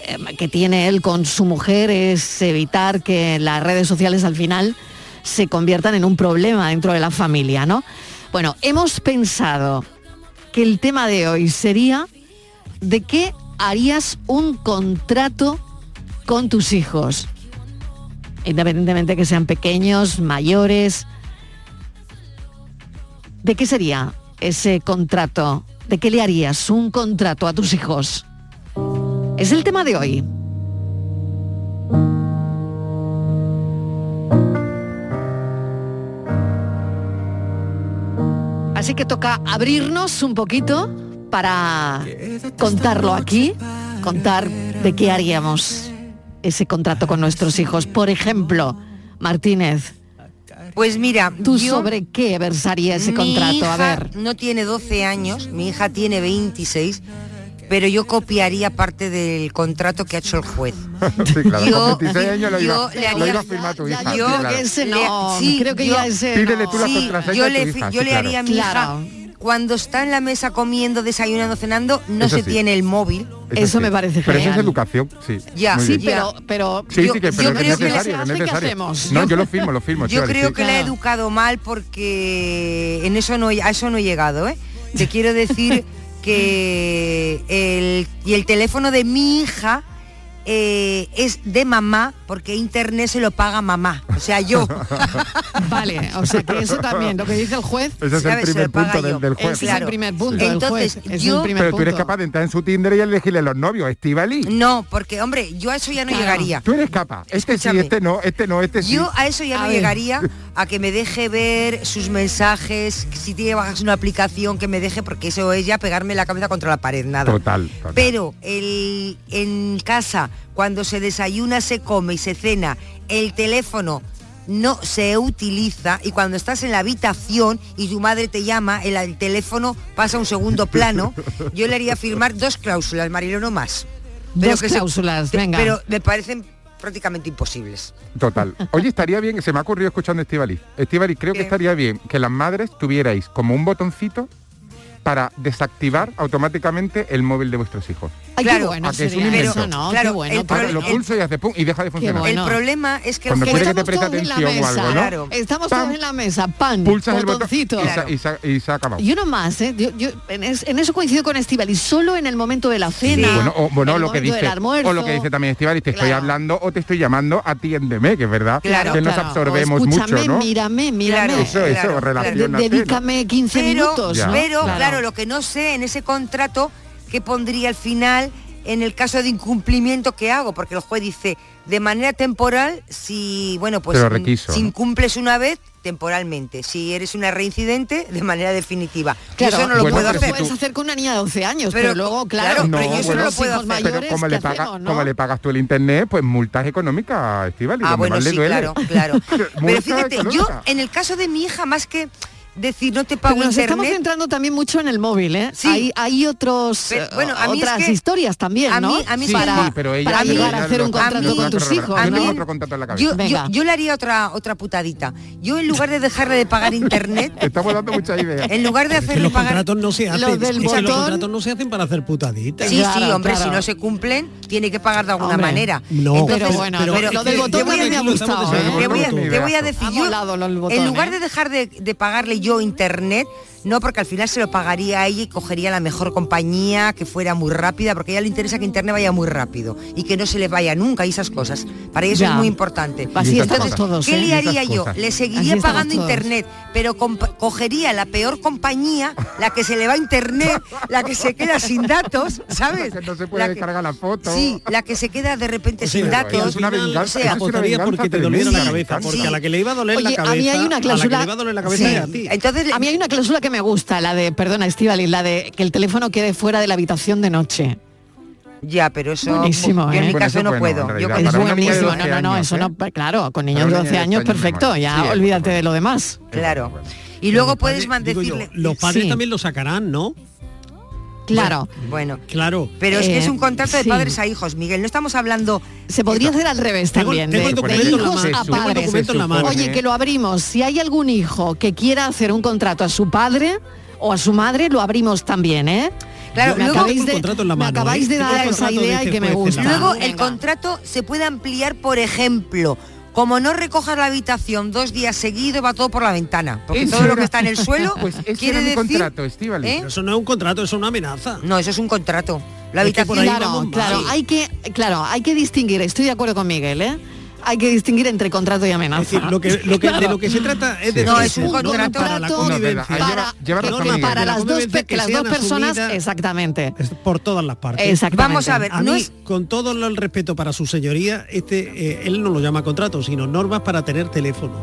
Speaker 12: eh, que tiene él con su mujer es evitar que las redes sociales al final se conviertan en un problema dentro de la familia, ¿no? Bueno, hemos pensado que el tema de hoy sería de qué harías un contrato con tus hijos, independientemente que sean pequeños, mayores. ¿De qué sería ese contrato? ¿De qué le harías un contrato a tus hijos? Es el tema de hoy. Así que toca abrirnos un poquito para contarlo aquí, contar de qué haríamos ese contrato con nuestros hijos. Por ejemplo, Martínez,
Speaker 14: Pues mira,
Speaker 12: ¿tú
Speaker 14: yo-
Speaker 12: sobre qué versaría ese
Speaker 14: Mi
Speaker 12: contrato? A
Speaker 14: hija
Speaker 12: ver.
Speaker 14: No tiene 12 años, mi hija tiene 26, pero yo copiaría parte del contrato que ha hecho el juez.
Speaker 13: Sí, claro,
Speaker 14: Yo-
Speaker 13: con 26 años lo
Speaker 14: yo
Speaker 13: iba,
Speaker 14: le haría-
Speaker 13: lo iba a firmar tu hija.
Speaker 14: yo
Speaker 13: sí, claro.
Speaker 14: que
Speaker 12: ese no, creo que ya ese
Speaker 13: Pídele tú la
Speaker 14: Sí,
Speaker 13: contraseña
Speaker 14: yo
Speaker 13: a tu
Speaker 14: le,
Speaker 13: hija,
Speaker 14: yo
Speaker 13: sí,
Speaker 14: le
Speaker 13: claro.
Speaker 14: haría a mi
Speaker 12: Claro.
Speaker 14: hija cuando está en la mesa comiendo, desayunando, cenando, no
Speaker 13: Eso
Speaker 14: se
Speaker 13: sí.
Speaker 14: tiene el móvil.
Speaker 13: sí. Pero eso es educación, sí.
Speaker 14: Ya,
Speaker 13: muy
Speaker 14: sí,
Speaker 13: bien.
Speaker 14: pero- pero
Speaker 13: Sí,
Speaker 14: yo-
Speaker 13: sí, que,
Speaker 14: yo
Speaker 13: pero que
Speaker 14: creo
Speaker 13: es
Speaker 14: que les
Speaker 13: necesario, que es
Speaker 14: hace que
Speaker 13: necesario.
Speaker 14: hacemos.
Speaker 13: No, yo lo firmo, lo firmo.
Speaker 14: Yo
Speaker 13: Chivali,
Speaker 14: creo
Speaker 13: sí.
Speaker 14: que la he educado mal porque en eso no a eso no he llegado, ¿eh? Te quiero decir que el, y el teléfono de mi hija eh, es de mamá porque internet se lo paga mamá. O sea, yo.
Speaker 12: Vale, o sea que eso también, lo que dice el juez.
Speaker 13: Ese es el
Speaker 14: ¿sabes? Se
Speaker 13: primer
Speaker 14: lo paga
Speaker 13: punto del-
Speaker 14: yo.
Speaker 13: del juez.
Speaker 12: Ese es el primer punto del
Speaker 14: Entonces,
Speaker 12: juez, es el
Speaker 14: yo,
Speaker 12: primer
Speaker 13: Pero tú eres capaz de entrar en su Tinder y elegirle los novios, Estivali.
Speaker 14: No, porque hombre, yo a eso ya no llegaría.
Speaker 13: Tú eres capaz. Este sí, este no, este no, este sí.
Speaker 14: Yo a eso ya no llegaría, a que me deje ver sus mensajes, si tiene bajas una aplicación que me deje, porque eso es ya pegarme la cabeza contra la pared, nada.
Speaker 13: Total, total.
Speaker 14: Pero el, en casa, cuando se desayuna, se come y se cena, el teléfono no se utiliza y cuando estás en la habitación y tu madre te llama, el, el teléfono pasa a un segundo plano, yo le haría firmar dos cláusulas, Marilo, no más.
Speaker 12: Dos
Speaker 14: se-
Speaker 12: cláusulas,
Speaker 14: te-
Speaker 12: venga.
Speaker 14: Pero me parecen prácticamente imposibles.
Speaker 13: Total. Oye, estaría bien, se me ha ocurrido escuchando a Estivali. Estivali, creo que estaría bien que las madres tuvierais como un botoncito para desactivar automáticamente el móvil de vuestros hijos.
Speaker 12: Ay, qué bueno
Speaker 13: ¿A que es un
Speaker 12: sería
Speaker 13: invento?
Speaker 12: eso, ¿no?
Speaker 14: claro,
Speaker 12: qué bueno.
Speaker 14: el
Speaker 13: Ahora
Speaker 12: porque-
Speaker 13: lo pulso y hace pum y deja de funcionar.
Speaker 14: El problema es que
Speaker 13: Cuando
Speaker 14: los
Speaker 13: quiere que te
Speaker 14: teléfonos-
Speaker 13: preste
Speaker 12: todos en la
Speaker 13: atención o algo, ¿no?
Speaker 12: mesa, Estamos todos en la mesa, pan,
Speaker 13: Pulsas el botón y,
Speaker 12: botoncito.
Speaker 13: se- y se, y se ha acabado.
Speaker 12: Y uno más, ¿eh? Yo, yo- en, es- en eso coincido con Estival, y solo en el momento de la cena.
Speaker 13: Sí, bueno, o, bueno,
Speaker 12: en el
Speaker 13: lo que
Speaker 12: momento
Speaker 13: dice
Speaker 12: del almuerzo,
Speaker 13: o lo que dice también Estivalis, te estoy
Speaker 12: Claro.
Speaker 13: hablando o te estoy llamando, atiéndeme, que es verdad
Speaker 12: Claro,
Speaker 13: que nos
Speaker 12: claro.
Speaker 13: absorbemos
Speaker 12: O
Speaker 13: mucho,
Speaker 12: escúchame,
Speaker 13: ¿no?
Speaker 12: mírame, mírame.
Speaker 13: Claro, eso, eso, relaciónate, ¿no?
Speaker 12: Dedícame 15
Speaker 14: pero,
Speaker 12: minutos,
Speaker 13: Ya.
Speaker 12: ¿no?
Speaker 14: Pero,
Speaker 13: Claro.
Speaker 14: claro. lo que no sé en ese contrato que pondría al final en el caso de incumplimiento que hago, porque el juez dice, de manera temporal, si, bueno, pues
Speaker 13: Pero requiso,
Speaker 14: si
Speaker 13: ¿no?
Speaker 14: incumples una vez, temporalmente. Si eres una reincidente, de manera definitiva. Yo
Speaker 12: Claro,
Speaker 14: eso no lo
Speaker 13: Bueno,
Speaker 14: puedo
Speaker 13: pero
Speaker 14: hacer.
Speaker 13: si tú-
Speaker 12: Puedes hacer con una niña de 11 años, pero,
Speaker 14: Pero-
Speaker 12: luego, claro,
Speaker 14: claro,
Speaker 12: pero
Speaker 14: No,
Speaker 12: yo eso
Speaker 14: bueno,
Speaker 12: no lo puedo
Speaker 14: pero
Speaker 12: hacer.
Speaker 13: Pero
Speaker 12: mayores,
Speaker 13: como
Speaker 12: ¿qué
Speaker 13: le, pagas,
Speaker 12: hacemos, no?
Speaker 13: como le pagas tú el internet, pues multas económicas, Estivali.
Speaker 14: Ah, bueno, sí, claro, claro. Pero fíjate, yo en el caso de mi hija, más que decir no te pago
Speaker 12: Pero nos estamos
Speaker 14: internet,
Speaker 12: centrando también mucho en el móvil, ¿eh? Hay, hay otros,
Speaker 14: Pero,
Speaker 12: eh,
Speaker 14: bueno, a mí es
Speaker 12: otras
Speaker 14: que-
Speaker 12: historias también,
Speaker 14: a
Speaker 12: ¿no?
Speaker 14: mí- a mí
Speaker 13: Sí,
Speaker 12: para,
Speaker 13: sí, pero ella-
Speaker 12: para
Speaker 13: pero
Speaker 12: llegar
Speaker 13: ella
Speaker 12: a hacer
Speaker 13: lo
Speaker 12: un
Speaker 13: está
Speaker 12: contrato con
Speaker 13: haciendo
Speaker 12: tus
Speaker 13: otro
Speaker 12: hijos.
Speaker 13: regalo.
Speaker 12: ¿no?
Speaker 13: Yo tengo otro contrato en la cabeza.
Speaker 14: yo, yo,
Speaker 12: Venga.
Speaker 14: yo le haría otra otra putadita. Yo en lugar de dejarle de pagar internet,
Speaker 13: Te estamos dando muchas ideas.
Speaker 14: en lugar de
Speaker 15: Que
Speaker 14: hacerle
Speaker 15: los
Speaker 14: pagar
Speaker 15: contratos no se
Speaker 14: Los
Speaker 15: hacen.
Speaker 14: del
Speaker 15: es que los
Speaker 14: botón-
Speaker 15: contratos no se hacen para hacer putaditas.
Speaker 14: Sí, sí, hombre, si no se cumplen, tiene que pagar de alguna
Speaker 15: Hombre,
Speaker 14: manera.
Speaker 15: no.
Speaker 14: Entonces,
Speaker 15: Pero bueno, lo- lo del
Speaker 14: te
Speaker 15: botón
Speaker 14: voy a-
Speaker 15: también me ha
Speaker 14: te voy a-
Speaker 15: gustado, ¿eh?
Speaker 14: Te voy a,
Speaker 15: Botón.
Speaker 14: te voy a decir
Speaker 12: Ha
Speaker 14: yo,
Speaker 12: molado lo del botón,
Speaker 14: en lugar
Speaker 12: ¿eh?
Speaker 14: de dejar de, de pagarle yo internet, no, porque al final se lo pagaría a ella y cogería la mejor compañía, que fuera muy rápida, porque a ella le interesa que internet vaya muy rápido y que no se le vaya nunca y esas cosas. Para ella eso
Speaker 12: Ya.
Speaker 14: es muy importante.
Speaker 12: Así
Speaker 13: Y esas
Speaker 12: estamos
Speaker 13: cosas.
Speaker 12: todos,
Speaker 14: ¿Qué
Speaker 12: ¿eh?
Speaker 14: le haría
Speaker 13: Esas
Speaker 14: yo?
Speaker 13: cosas.
Speaker 14: Le
Speaker 12: Así
Speaker 14: seguiría
Speaker 12: estamos
Speaker 14: pagando
Speaker 12: todos.
Speaker 14: internet, pero comp- cogería la peor compañía, la que se le va a internet, la que se queda sin datos, ¿sabes?
Speaker 13: Que no se puede
Speaker 14: La que-
Speaker 13: descargar la foto.
Speaker 14: Sí, la que se queda de repente
Speaker 15: Sí,
Speaker 14: sin
Speaker 15: pero
Speaker 14: datos.
Speaker 13: es una venganza, eso
Speaker 14: o sea,
Speaker 13: es una
Speaker 15: apostaría
Speaker 13: venganza
Speaker 15: porque te doliera la
Speaker 13: tremenda,
Speaker 15: cabeza,
Speaker 13: venganza.
Speaker 15: porque a la que le iba a doler
Speaker 12: Oye,
Speaker 15: la cabeza,
Speaker 12: a mí hay una
Speaker 15: a la que
Speaker 12: cláusula.
Speaker 15: le iba a doler la cabeza
Speaker 12: Sí.
Speaker 15: era a ti.
Speaker 14: Entonces,
Speaker 12: A mí hay una cláusula que me gusta, la de, perdona, Estivali, la de que el teléfono quede fuera de la habitación de noche.
Speaker 14: ya, pero eso
Speaker 12: Buenísimo,
Speaker 14: yo en
Speaker 12: ¿eh?
Speaker 14: mi
Speaker 13: Bueno,
Speaker 14: caso
Speaker 13: eso
Speaker 14: no
Speaker 13: bueno, en
Speaker 14: puedo. Yo
Speaker 13: realidad,
Speaker 14: con-
Speaker 12: es
Speaker 13: para una niña de
Speaker 12: buenísimo, no,
Speaker 13: 12
Speaker 12: no, no,
Speaker 13: años,
Speaker 12: eso
Speaker 13: ¿eh?
Speaker 12: no, claro, con niños
Speaker 13: Para
Speaker 12: de
Speaker 13: una
Speaker 12: 12
Speaker 13: niña de
Speaker 12: años,
Speaker 13: 12 años,
Speaker 12: perfecto,
Speaker 13: vale.
Speaker 12: ya
Speaker 13: Sí,
Speaker 12: olvídate
Speaker 13: bueno.
Speaker 12: de lo demás.
Speaker 14: claro. Y luego puedes man-
Speaker 15: Digo yo,
Speaker 14: decirle...
Speaker 15: los padres
Speaker 12: Sí.
Speaker 15: también lo sacarán, ¿no?
Speaker 12: Claro,
Speaker 14: Bueno,
Speaker 15: Claro.
Speaker 14: pero es
Speaker 12: Eh,
Speaker 14: que es un contrato de
Speaker 12: sí.
Speaker 14: padres a hijos, Miguel. No estamos hablando...
Speaker 12: se podría hacer al revés
Speaker 15: Tengo-
Speaker 12: también,
Speaker 15: tengo
Speaker 12: de,
Speaker 15: el
Speaker 12: de
Speaker 15: documento en la
Speaker 12: hijos
Speaker 15: mano.
Speaker 12: a
Speaker 15: Tengo el
Speaker 12: padres.
Speaker 15: documento en la mano.
Speaker 12: Oye, que lo abrimos. Si hay algún hijo que quiera hacer un contrato a su padre o a su madre, lo abrimos también, ¿eh?
Speaker 14: Claro,
Speaker 12: me
Speaker 14: luego-
Speaker 12: acabáis
Speaker 15: Tengo el
Speaker 12: de,
Speaker 15: contrato en la
Speaker 12: me
Speaker 15: mano,
Speaker 12: acabáis
Speaker 15: ¿eh?
Speaker 12: de
Speaker 15: Tengo el
Speaker 12: dar esa
Speaker 15: contrato de
Speaker 12: idea y
Speaker 15: este
Speaker 12: que me
Speaker 15: juez
Speaker 12: gusta.
Speaker 15: en la mano.
Speaker 14: Luego el contrato se puede ampliar, por ejemplo, como no recojas la habitación dos días seguidos, va todo por la ventana. Porque
Speaker 13: Eso
Speaker 14: todo lo
Speaker 13: era-
Speaker 14: que está en el suelo
Speaker 13: Pues ese
Speaker 14: quiere
Speaker 13: era mi
Speaker 14: decir...
Speaker 13: contrato, Estíbaliz.
Speaker 14: ¿Eh?
Speaker 15: Pero eso no es un contrato, eso es una amenaza.
Speaker 14: No, eso es un contrato. La
Speaker 15: Es que por
Speaker 14: habitación...
Speaker 15: ahí
Speaker 12: Claro,
Speaker 15: vamos
Speaker 12: claro,
Speaker 15: mal.
Speaker 12: hay que, claro, hay que distinguir, estoy de acuerdo con Miguel, ¿eh? Hay que distinguir entre contrato y amenaza.
Speaker 15: Es decir, lo que, lo que, de
Speaker 12: Claro.
Speaker 15: lo que se trata es de
Speaker 14: No,
Speaker 15: que
Speaker 14: es un contrato
Speaker 15: para la
Speaker 12: No,
Speaker 15: convivencia.
Speaker 13: ahí lleva-
Speaker 12: para,
Speaker 13: lleva
Speaker 12: que-
Speaker 13: razón,
Speaker 12: que
Speaker 13: Miguel.
Speaker 12: para
Speaker 13: De
Speaker 15: la
Speaker 12: las dos,
Speaker 15: convivencia
Speaker 12: pe- que
Speaker 15: que
Speaker 12: las
Speaker 15: sean
Speaker 12: dos personas,
Speaker 15: asumidas-
Speaker 12: exactamente.
Speaker 15: Es por todas las partes.
Speaker 12: Exactamente.
Speaker 14: Vamos a ver,
Speaker 15: A
Speaker 14: no
Speaker 15: mí,
Speaker 14: es...
Speaker 15: con todo el respeto para su señoría, este, eh, él no lo llama contrato, sino normas para tener teléfono.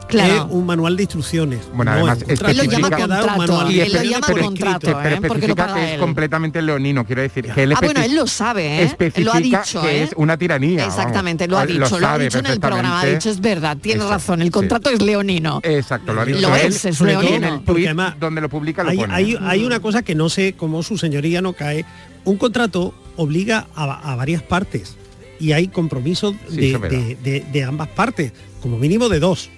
Speaker 15: Es
Speaker 12: Claro.
Speaker 15: un manual de instrucciones.
Speaker 13: Bueno,
Speaker 15: no
Speaker 13: además,
Speaker 15: es un contrato.
Speaker 13: Él lo llama
Speaker 15: Tiene que dar un
Speaker 12: contrato,
Speaker 15: manual
Speaker 12: él
Speaker 15: de
Speaker 12: lo
Speaker 13: espe-
Speaker 15: instrucciones
Speaker 12: llama
Speaker 15: por
Speaker 13: pero-
Speaker 15: escrito.
Speaker 12: contrato,
Speaker 13: pero
Speaker 12: ¿eh? Porque lo
Speaker 13: especifica
Speaker 12: paga
Speaker 13: que
Speaker 12: él.
Speaker 13: es completamente leonino, quiero decir. que él
Speaker 12: Ah, bueno,
Speaker 13: especi-
Speaker 12: él lo sabe, ¿eh?
Speaker 13: Especifica
Speaker 12: Lo ha dicho,
Speaker 13: que
Speaker 12: ¿eh?
Speaker 15: Ah,
Speaker 13: es una tiranía. vamos.
Speaker 12: Exactamente, lo ha dicho, lo, ha
Speaker 13: sabe
Speaker 12: dicho en el programa, ha
Speaker 13: perfectamente.
Speaker 12: dicho es verdad, tiene
Speaker 13: Exacto,
Speaker 12: razón, el
Speaker 13: sí.
Speaker 12: contrato es leonino.
Speaker 13: Exacto, lo ha dicho
Speaker 12: Lo
Speaker 13: él.
Speaker 12: es, es
Speaker 13: sobre todo
Speaker 12: leonino.
Speaker 13: en el
Speaker 15: Porque
Speaker 13: tweet
Speaker 15: además
Speaker 13: donde lo publica lo
Speaker 15: hay,
Speaker 13: pone.
Speaker 15: hay- hay una cosa que no sé cómo su señoría no cae. Un contrato obliga a, a varias partes y hay compromisos
Speaker 13: Sí,
Speaker 15: de,
Speaker 13: eso es verdad.
Speaker 15: de- de- de ambas partes, como mínimo de dos.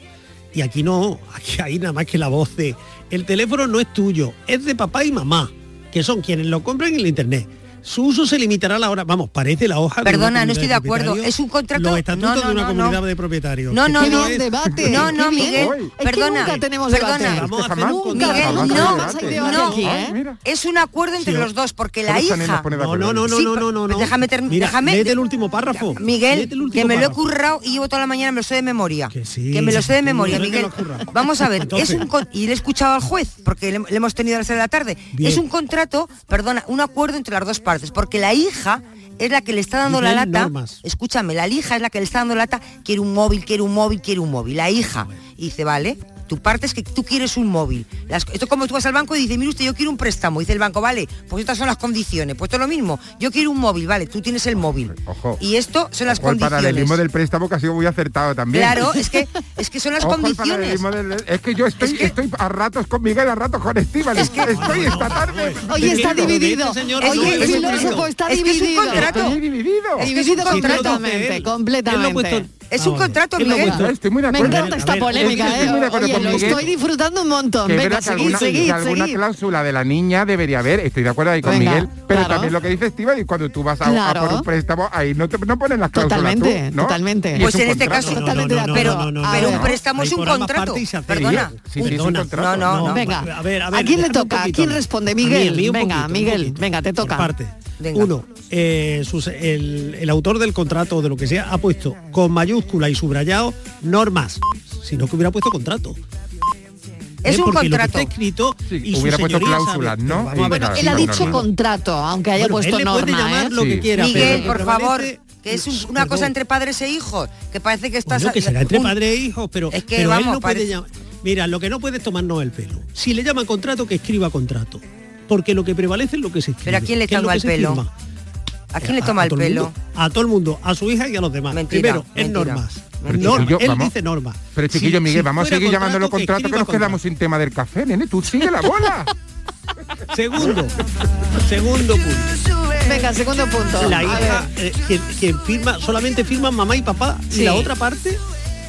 Speaker 15: Y aquí no, aquí hay nada más que la voz de el teléfono no es tuyo, es de papá y mamá, que son quienes lo compran en el internet. Su uso se limitará a la hora, vamos, parece la hoja. de una
Speaker 14: Perdona, no
Speaker 15: comunidad
Speaker 14: estoy de acuerdo.
Speaker 15: propietarios,
Speaker 14: Es un contrato.
Speaker 15: Los estatutos
Speaker 14: No, no,
Speaker 15: de una
Speaker 14: no, no.
Speaker 15: comunidad de propietarios.
Speaker 14: No,
Speaker 15: Que
Speaker 14: no,
Speaker 15: tiene-
Speaker 14: no. No, no, Miguel. Perdona. perdona.
Speaker 15: Vamos a hacer un
Speaker 14: Miguel,
Speaker 15: contrato.
Speaker 14: no,
Speaker 15: Jamás hay debate
Speaker 14: no,
Speaker 15: aquí, ¿eh?
Speaker 14: Es un acuerdo entre
Speaker 15: Sí,
Speaker 14: los dos, porque
Speaker 15: Pero
Speaker 14: la
Speaker 15: esta nena
Speaker 14: hija.
Speaker 15: pone de No, acuerdo. no, no, no,
Speaker 14: Sí,
Speaker 15: no,
Speaker 14: pero-
Speaker 15: no, no, no.
Speaker 14: Déjame terminar.
Speaker 15: Mira,
Speaker 14: déjame.
Speaker 15: léete el último párrafo.
Speaker 14: Miguel,
Speaker 15: Léete el
Speaker 14: que
Speaker 15: último
Speaker 14: me lo he
Speaker 15: párrafo.
Speaker 14: currado y llevo toda la mañana, me lo sé de memoria. Que,
Speaker 15: sí.
Speaker 14: me lo sé de memoria,
Speaker 15: No, no te
Speaker 14: Miguel.
Speaker 15: lo has currado.
Speaker 14: Vamos a ver,
Speaker 15: Entonces.
Speaker 14: es un con- y le he escuchado al juez, porque le, le hemos tenido a las seis de la tarde.
Speaker 15: Bien.
Speaker 14: Es un contrato, perdona, un acuerdo entre las dos partes, porque la hija es la que le está dando la
Speaker 15: Miguel,
Speaker 14: lata.
Speaker 15: normas.
Speaker 14: Escúchame, la hija es la que le está dando lata, quiere un móvil, quiere un móvil, quiere un móvil. La hija. Y dice, vale, tu parte es que tú quieres un móvil. Las- esto es como tú vas al banco y dices, mire usted, yo quiero un préstamo. Dice el banco, vale, pues estas son las condiciones. Pues esto es lo mismo. Yo quiero un móvil, vale, tú tienes el móvil.
Speaker 13: Ojo.
Speaker 14: Y esto son las
Speaker 13: Ojo al
Speaker 14: condiciones.
Speaker 13: paralelismo del préstamo que ha sido muy acertado también.
Speaker 14: Claro, es que, es que son las
Speaker 13: Ojo al
Speaker 14: condiciones.
Speaker 13: paralelismo del- es que yo estoy, estoy a ratos con Miguel, a ratos con Estíbal. Es que estoy esta tarde.
Speaker 12: Hoy está
Speaker 13: dividido.
Speaker 12: dividido. Hoy el
Speaker 13: Es un
Speaker 12: filósofo está
Speaker 14: Es que es un
Speaker 12: dividido.
Speaker 14: contrato. Estoy
Speaker 13: dividido.
Speaker 14: Es que es un
Speaker 12: Dividido
Speaker 14: contrato.
Speaker 12: completamente, completamente.
Speaker 14: Es
Speaker 15: Ah,
Speaker 13: Ah,
Speaker 14: un contrato, Miguel.
Speaker 12: Me encanta esta polémica, ¿eh? Oye, lo estoy disfrutando un montón.
Speaker 13: que es
Speaker 12: Venga,
Speaker 13: verdad que
Speaker 12: seguid,
Speaker 13: alguna, que
Speaker 12: seguid,
Speaker 13: alguna
Speaker 12: seguid.
Speaker 13: cláusula de la niña debería haber, estoy de acuerdo ahí con
Speaker 12: Venga,
Speaker 13: Miguel, pero
Speaker 12: claro.
Speaker 13: también lo que dice Estiva y cuando tú vas a, a
Speaker 12: Claro.
Speaker 13: por un préstamo, ahí no, te, no ponen las cláusulas
Speaker 12: Totalmente,
Speaker 13: tú, ¿no?
Speaker 12: totalmente.
Speaker 13: Y es
Speaker 14: Pues
Speaker 13: un
Speaker 14: en este
Speaker 13: contrato.
Speaker 14: caso, pero, pero un préstamo es un contrato. Perdona.
Speaker 13: Sí, sí, es un contrato.
Speaker 14: No, no, no.
Speaker 12: Venga,
Speaker 15: a ver, a
Speaker 12: a,
Speaker 15: ver,
Speaker 12: quién le
Speaker 15: dejadme
Speaker 12: toca?
Speaker 15: un
Speaker 12: ¿A
Speaker 15: poquito,
Speaker 12: quién
Speaker 15: ¿no?
Speaker 12: responde
Speaker 15: A mí,
Speaker 12: Miguel?
Speaker 15: a mí un
Speaker 12: venga,
Speaker 15: poquito, un
Speaker 12: Miguel, venga, te toca.
Speaker 15: parte. Uno, eh, sus- el, el autor del contrato o de lo que sea ha puesto con mayúscula y subrayado normas, sino que hubiera puesto contrato. ¿Eh?
Speaker 12: Es un
Speaker 15: Porque lo que
Speaker 12: contrato.
Speaker 15: está escrito y su
Speaker 13: hubiera puesto
Speaker 15: señoría sabe,
Speaker 13: cláusulas,
Speaker 15: pero
Speaker 13: ¿no?
Speaker 15: vamos a
Speaker 13: Y
Speaker 15: ver,
Speaker 13: bueno,
Speaker 15: sí,
Speaker 12: Él ha
Speaker 15: no,
Speaker 12: dicho
Speaker 15: no, no.
Speaker 12: contrato, aunque haya
Speaker 15: Bueno, él
Speaker 12: puesto
Speaker 15: le puede
Speaker 12: norma,
Speaker 15: llamar
Speaker 12: ¿eh?
Speaker 15: lo que Sí. quiera,
Speaker 14: Miguel,
Speaker 15: pero-
Speaker 14: por
Speaker 15: pero
Speaker 14: favor,
Speaker 15: realmente-
Speaker 14: que es un- una cosa entre padres e hijos, que parece que estás...
Speaker 15: Bueno, que será entre
Speaker 14: un-
Speaker 15: padre e hijos, pero,
Speaker 14: Es que,
Speaker 15: pero
Speaker 14: vamos,
Speaker 15: él no puede
Speaker 14: parece-
Speaker 15: llam- Mira, lo que no puede es tomarnos el pelo. Si le llaman contrato, que escriba contrato. Porque lo que prevalece es lo que se escribe.
Speaker 14: ¿Pero a quién le
Speaker 15: que es lo
Speaker 14: toma
Speaker 15: que
Speaker 14: el
Speaker 15: se
Speaker 14: pelo?
Speaker 15: firma.
Speaker 14: ¿A quién le toma el
Speaker 15: todo
Speaker 14: pelo?
Speaker 15: mundo, Eh, a todo el mundo, a su hija y a los demás. Primero, es
Speaker 14: mentira.
Speaker 15: normas.
Speaker 13: Pero
Speaker 15: Norma-
Speaker 13: chiquillo,
Speaker 15: él
Speaker 13: vamos.
Speaker 15: dice normas.
Speaker 13: Pero chiquillo Miguel, vamos a seguir llamando los contratos que, nos quedamos sin tema del café, nene, tú sigue la bola.
Speaker 15: Segundo, segundo punto.
Speaker 12: Venga, segundo punto.
Speaker 15: La
Speaker 12: A
Speaker 15: hija,
Speaker 12: ver.
Speaker 15: eh, quien, quien firma, solamente firman mamá y papá.
Speaker 12: Sí.
Speaker 15: Y la otra parte,